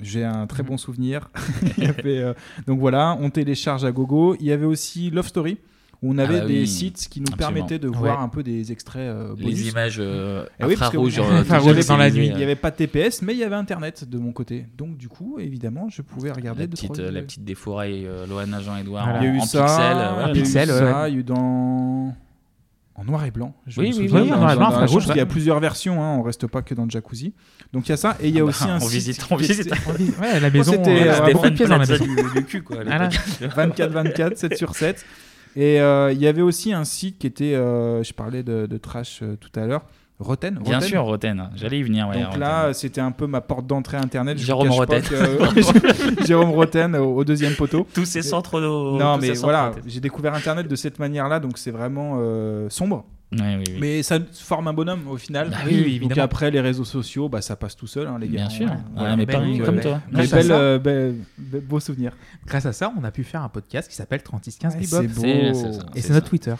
S8: J'ai un
S1: Mhm.
S8: très bon souvenir. Il y avait, euh, donc voilà, on télécharge à gogo. Il y avait aussi Love Story, où on
S1: Ah
S8: avait
S1: bah
S8: des
S1: oui,
S8: sites qui nous
S1: absolument.
S8: permettait de
S1: Ouais.
S8: voir un peu des extraits euh,
S1: Les
S8: bonus.
S1: images, euh,
S8: Eh oui, parce que-
S1: infrarouges, euh,
S8: infrarouges
S1: déjà
S8: dans la nuit.
S1: utilisées,
S8: Il n'y avait pas de TPS, mais il y avait Internet de mon côté. Donc du coup, évidemment, je pouvais regarder
S1: La
S8: deux,
S1: petite,
S8: trois
S1: euh, la
S8: vidéos.
S1: petite défouraille, euh, Lohan Agent Edouard
S8: Voilà.
S1: en,
S8: Il y a eu
S1: en
S8: ça,
S1: pixel. euh,
S8: il y a
S1: voilà.
S8: eu ça, il y a eu dans en noir et blanc. je
S1: Oui,
S8: me
S1: oui,
S8: souviens,
S1: oui, en
S8: dans-
S1: noir et
S8: dans
S1: blanc,
S8: la
S1: frère
S8: chambre,
S1: rouge,
S8: Il y a
S1: ouais.
S8: plusieurs versions, hein, on reste pas que dans le jacuzzi. Donc il y a ça, et il y a
S1: Ah bah,
S8: aussi un
S1: on
S8: site
S1: visite- on
S8: qui
S1: visite-
S8: était-
S1: on visite- ouais, la
S8: Moi,
S1: maison,
S8: c'était,
S1: on a
S8: euh,
S1: Stéphane
S8: beaucoup de pièces dans la
S1: Plaza
S8: maison.
S1: du- du cul, quoi, à l'époque.
S8: Voilà. 24 24 7 sur 7. Et euh, il y avait aussi un site qui était euh, je parlais de, de trash euh, tout à l'heure. Roten,
S1: Bien sûr, Roten. J'allais y venir, ouais,
S8: Donc là, euh, c'était un peu ma porte d'entrée internet. Je vous
S1: Jérôme
S8: cache pas
S1: Roten.
S8: que- Jérôme Roten au, au deuxième poteau.
S1: Tous ces centres au-
S8: Non,
S1: tous
S8: mais
S1: ces centres
S8: voilà,
S1: Roten.
S8: j'ai découvert Internet de cette manière-là, donc c'est vraiment euh, sombre.
S1: Ouais, oui, oui.
S8: Mais ça forme un bonhomme au final.
S1: Bah oui, oui,
S8: donc
S1: évidemment.
S8: après les réseaux sociaux, bah, ça passe tout seul, hein, les gars.
S1: Bien sûr.
S8: Voilà.
S1: Ah, mais
S8: Donc,
S1: pareil,
S8: euh,
S1: comme toi.
S8: mais
S9: Grâce à
S8: belle,
S9: ça-
S8: euh, belle- be- beau souvenir.
S9: Grâce à ça, on a pu faire un podcast qui s'appelle 3615
S8: Ouais, c'est
S9: Bebop.
S8: beau.
S1: C'est- c'est ça,
S9: Et c'est
S1: ça.
S9: notre Twitter.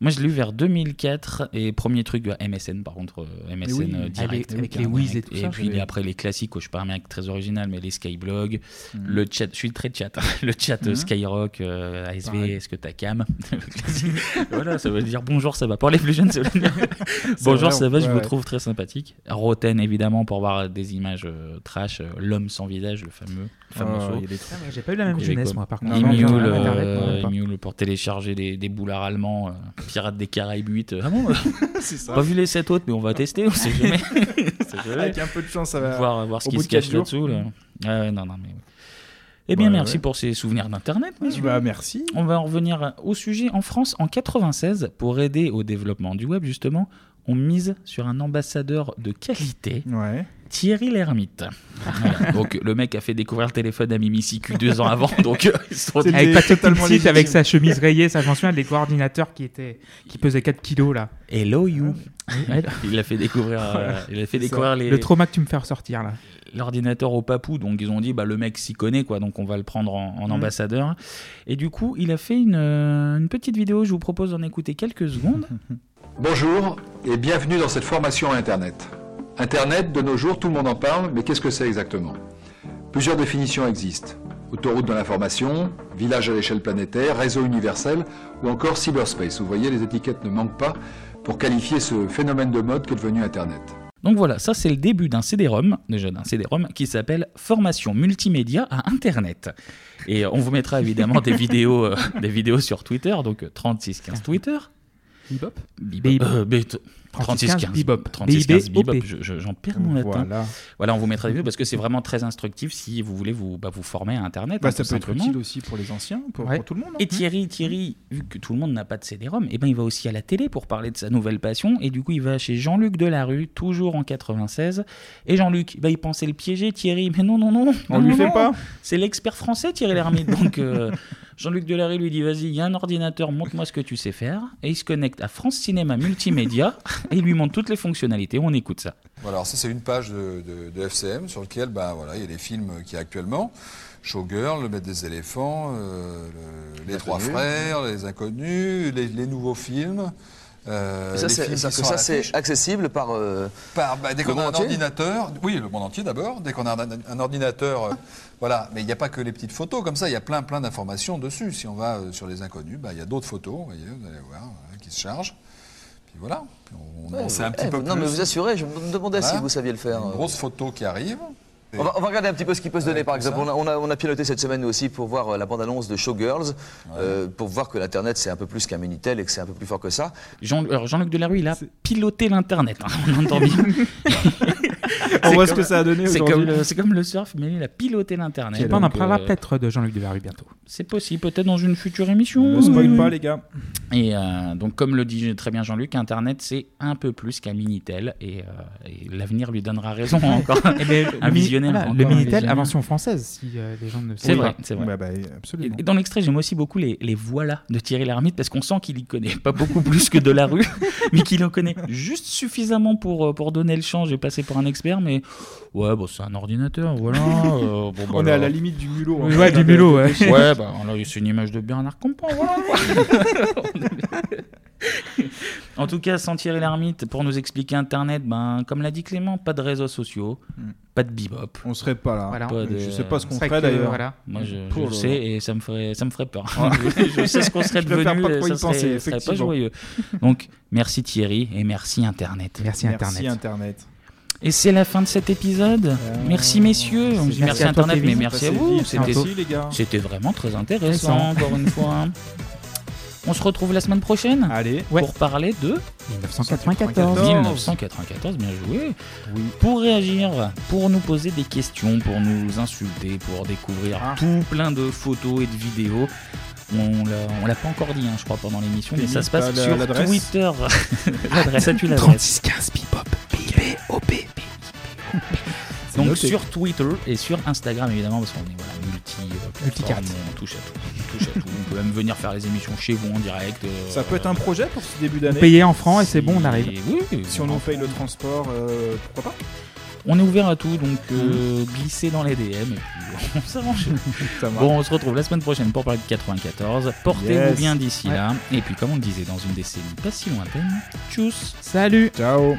S1: Moi, je l'ai eu vers 2004 et premier truc euh, MSN par contre, euh, MSN
S9: oui,
S1: euh, direct
S9: avec- avec
S1: hein,
S9: les
S1: direct.
S9: whiz et tout ça,
S1: puis
S9: j'avais-
S1: les- après les classiques, oh, je suis pas un mec très original, mais les Skyblog,
S9: Mhm.
S1: le chat, je suis très chat, le chat euh,
S9: Mhm.
S1: Skyrock, euh, ASV,
S9: Pareil.
S1: est-ce que t'as cam Le classique. Voilà, ça veut dire bonjour, ça va. Pour les plus jeunes, ça veut dire
S9: C'est
S1: bonjour,
S9: vrai,
S1: ça va,
S9: on-
S1: je
S9: ouais,
S1: vous
S9: ouais.
S1: trouve très sympathique. Roten évidemment pour voir des images euh, trash, euh, l'homme sans visage, le fameux, le fameux
S9: Ah,
S1: saut.
S9: il y a des trucs. Ah, mais j'ai pas eu la même
S1: Donc,
S9: jeunesse,
S1: j'ai
S9: moi, par
S1: quoi
S9: contre. Non, non,
S1: Emule,
S9: non, non,
S1: euh,
S9: non, non, non, non.
S1: Mule pour télécharger des, des boulards allemands, euh, Pirates des Caraïbes 8. euh, Ah bon
S8: C'est ça.
S1: Pas vu les 7 autres, mais on va tester, on sait jamais. On sait jamais.
S8: Avec un peu de chance, ça va-
S1: Voir, voir ce
S8: au
S1: qui
S8: bout
S1: se
S8: de quatre
S1: cache là-dessous.
S8: jours.
S1: Là. Ah ouais, non, non, mais. ouais. Eh bien,
S8: Bah,
S1: merci
S8: ouais.
S1: pour ces souvenirs d'Internet. messieurs.
S8: Bah, merci.
S1: On va en revenir au sujet. En France, en 96, pour aider au développement du web, justement, on mise sur un ambassadeur de qualité, Thierry Lhermitte. Voilà. Donc, le mec a fait découvrir le téléphone à Mimi Siku deux ans avant. Donc, euh, ils se sont dit-
S9: Avec Patrick Timsit, avec sa chemise rayée, ça j'en souviens, les coordinateurs qui, étaient, qui pesaient 4 kilos là.
S1: Hello you. il l'a fait découvrir, euh,
S9: Voilà.
S1: il a fait
S9: C'est ça.
S1: découvrir les-
S9: Le trauma que tu me fais ressortir là.
S1: l'ordinateur au papou. Donc ils ont dit, bah, le mec s'y connaît, quoi, donc on va le prendre en, en
S8: Mmh.
S9: Mm.
S1: ambassadeur. Et du coup, il a fait une, euh, une petite vidéo, je vous propose d'en écouter quelques secondes.
S6: Bonjour et bienvenue dans cette formation à Internet. Internet, de nos jours, tout le monde en parle, mais qu'est-ce que c'est exactement Plusieurs définitions existent. Autoroute de l'information, village à l'échelle planétaire, réseau universel ou encore cyberspace. Vous voyez, les étiquettes ne manquent pas pour qualifier ce phénomène de mode qu'est devenu Internet.
S1: Donc voilà, ça c'est le début d'un CD-ROM, déjà d'un CD-ROM, qui s'appelle Formation multimédia à Internet. Et euh, on vous mettra évidemment des vidéos, euh, des vidéos sur Twitter, donc euh, 3615 Twitter.
S8: Bebop
S1: Bebop. Euh, Beto- 3615 Bebop. 3615 Bebop. Je- je- J'en perds mon latin.
S8: Voilà.
S1: Voilà, on vous mettra des vidéos parce que c'est vraiment très instructif si vous voulez vous, bah, vous former à Internet.
S8: Bah,
S1: hein,
S8: ça
S1: tout
S8: peut être
S1: simplement.
S8: utile aussi pour les anciens, pour, pour tout le monde. hein.
S1: Et Thierry, Thierry, vu que tout le monde n'a pas de CD-ROM, eh ben, il va aussi à la télé pour parler de sa nouvelle passion. Et du coup, il va chez Jean-Luc Delarue, toujours en 96. Et Jean-Luc, bah, il pensait le piéger, Thierry. Mais non, non, non.
S8: Hmm. On
S1: non,
S8: lui
S1: non,
S8: fait
S1: non.
S8: pas.
S1: C'est l'expert français, Thierry Lhermitte. Donc, euh, Jean-Luc Delarue lui dit vas-y, il y a un ordinateur, montre-moi ce que tu sais faire. Et il se connecte à France Cinéma Multimédia et il lui montre toutes les fonctionnalités. On écoute ça.
S22: Voilà, alors ça c'est une page de, de- de FCM sur laquelle bah, voilà, il y a les films qu'il y a actuellement. Showgirl, Le Maître des éléphants, euh, le- Les Trois
S23: Inconnus.
S22: Frères, Les Inconnus, les, les nouveaux films. euh,
S23: Et ça,
S22: les
S23: c'est-
S22: films qui
S23: c'est-à-dire que
S22: sont à
S23: ça, c'est
S22: l'affiche.
S23: accessible par. euh,
S22: Par- bah, dès
S23: le
S22: qu'on a
S23: monde
S22: un
S23: entier
S22: ordinateur, oui, le monde entier d'abord, dès qu'on a un, un ordinateur, euh, voilà, mais il n'y a pas que les petites photos comme ça, il y a plein plein d'informations dessus. Si on va euh, sur les inconnus, bah, il y a d'autres photos, vous voyez, vous allez voir, voilà, qui se chargent. Puis voilà, Puis on, on
S23: Ouais,
S22: sait un
S23: eh,
S22: petit peu
S23: vous-
S22: plus.
S23: Non, mais vous assurez, je me demandais si
S22: Voilà.
S23: vous saviez le faire. euh.
S22: Une grosse photo qui arrive.
S23: On va, on va regarder un petit peu ce qui peut se donner, par
S22: comme
S23: exemple. On a, on, a, on a piloté cette semaine, nous aussi, pour voir euh, la bande-annonce de Showgirls, euh, pour voir que l'Internet, c'est un peu plus qu'un Minitel et que c'est un peu plus fort que ça.
S1: Jean, alors, Jean-Luc Delarue, il a piloté l'Internet. hein, on entend bien.
S8: On
S1: C'est
S8: voit ce
S1: comme-
S8: que ça a donné
S1: C'est
S8: aujourd'hui.
S1: comme, le- c'est comme le surf, mais il a piloté l'Internet.
S9: Je sais pas, on en
S1: Donc,
S9: parlera
S1: euh,
S9: peut-être de Jean-Luc Delarue bientôt.
S1: C'est possible, peut-être dans une future émission.
S9: Ne spoil pas,
S1: Oui.
S9: les gars.
S1: Et euh, donc, comme le dit très bien Jean-Luc, Internet, c'est un peu plus qu'un Minitel. Et, euh, et l'avenir lui donnera raison encore.
S9: Eh ben, le
S1: un
S9: mini-
S1: visionnaire.
S9: voilà,
S1: encore
S9: le
S1: un
S9: Minitel,
S1: visionnaire.
S9: invention française, si euh, les gens ne
S1: C'est
S9: savent
S1: vrai,
S9: pas.
S1: c'est vrai.
S8: Bah, bah, absolument.
S1: Et, et dans l'extrait, j'aime aussi beaucoup les, les voilà de Thierry Lhermitte parce qu'on sent qu'il y connaît pas beaucoup plus que de la rue, mais qu'il en connaît juste suffisamment pour, euh, pour donner le change et passer pour un expert, mais ouais, bon, c'est un ordinateur, voilà. euh, bon, bah,
S8: On est à
S1: alors-
S8: la limite du mulot. hein.
S1: Ouais, du mulot, ouais.
S8: Ouais,
S1: bah, alors, c'est une image de Bernard Compan, voilà. En tout cas, sans tirer l'ermite, pour nous expliquer Internet, ben, comme l'a dit Clément, pas de réseaux sociaux, pas de bebop.
S8: On serait pas là.
S1: Voilà.
S8: Voilà. Hmm. Je sais pas ce qu'on C'est vrai serait, que, d'ailleurs. voilà.
S1: Moi, je, je
S8: Pour
S1: le
S8: le-
S1: sais et ça me ferait, ça me ferait peur.
S8: Ouais.
S1: je sais ce qu'on serait
S8: Je préfère
S1: devenu.
S8: pas trop
S1: et
S8: y
S1: ça serait-
S8: penser,
S1: ça serait pas
S8: effectivement.
S1: joyeux. Donc, merci Thierry et merci Internet.
S9: Merci
S8: Merci Internet.
S1: Et c'est la fin de cet épisode. merci messieurs. On dit
S8: Euh, merci
S1: merci
S8: à toi,
S1: Internet, mais
S8: Kevin.
S1: merci à
S8: Passez
S1: vous.
S8: vite. Merci, les gars.
S1: c'était vraiment très intéressant,
S8: Intéressant.
S1: encore une fois. On se retrouve la semaine prochaine
S8: Allez.
S1: pour parler de
S9: 1994.
S1: 1994, bien joué. Pour réagir, pour nous poser des questions, pour nous insulter, pour découvrir
S8: Ah.
S1: tout plein de photos et de vidéos. On l'a, on l'a pas encore dit, hein, je crois, pendant l'émission, mais
S8: Kevin,
S1: ça se
S8: t'as
S1: passe
S8: la-
S1: sur
S8: l'adresse
S1: Twitter. l'adresse, as-tu l'adresse
S9: 3615 Bebop. B-O-B.
S1: C'est Donc
S9: noté.
S1: sur Twitter et sur Instagram évidemment parce qu'on est voilà, multi euh,
S9: Multicarte.
S1: plateforme, on touche à tout, on touche à tout. on peut même venir faire les émissions chez vous en direct. euh,
S8: Ça peut être un projet pour ce début d'année.
S9: Payé en francs et c'est bon, on arrive.
S1: et oui, oui,
S8: Si on nous paye le transport, euh, pourquoi pas
S1: on est ouvert à tout donc
S8: Mm.
S1: euh, glissez dans les DM et puis euh, on s'arrange.
S8: Ça marche.
S1: bon, on se retrouve la semaine prochaine pour parler de 94. Portez-vous
S8: Yes.
S1: bien d'ici
S8: Ouais.
S1: là et puis comme on le disait dans une décennie pas si lointaine, tchuss.
S9: Salut.
S8: Ciao.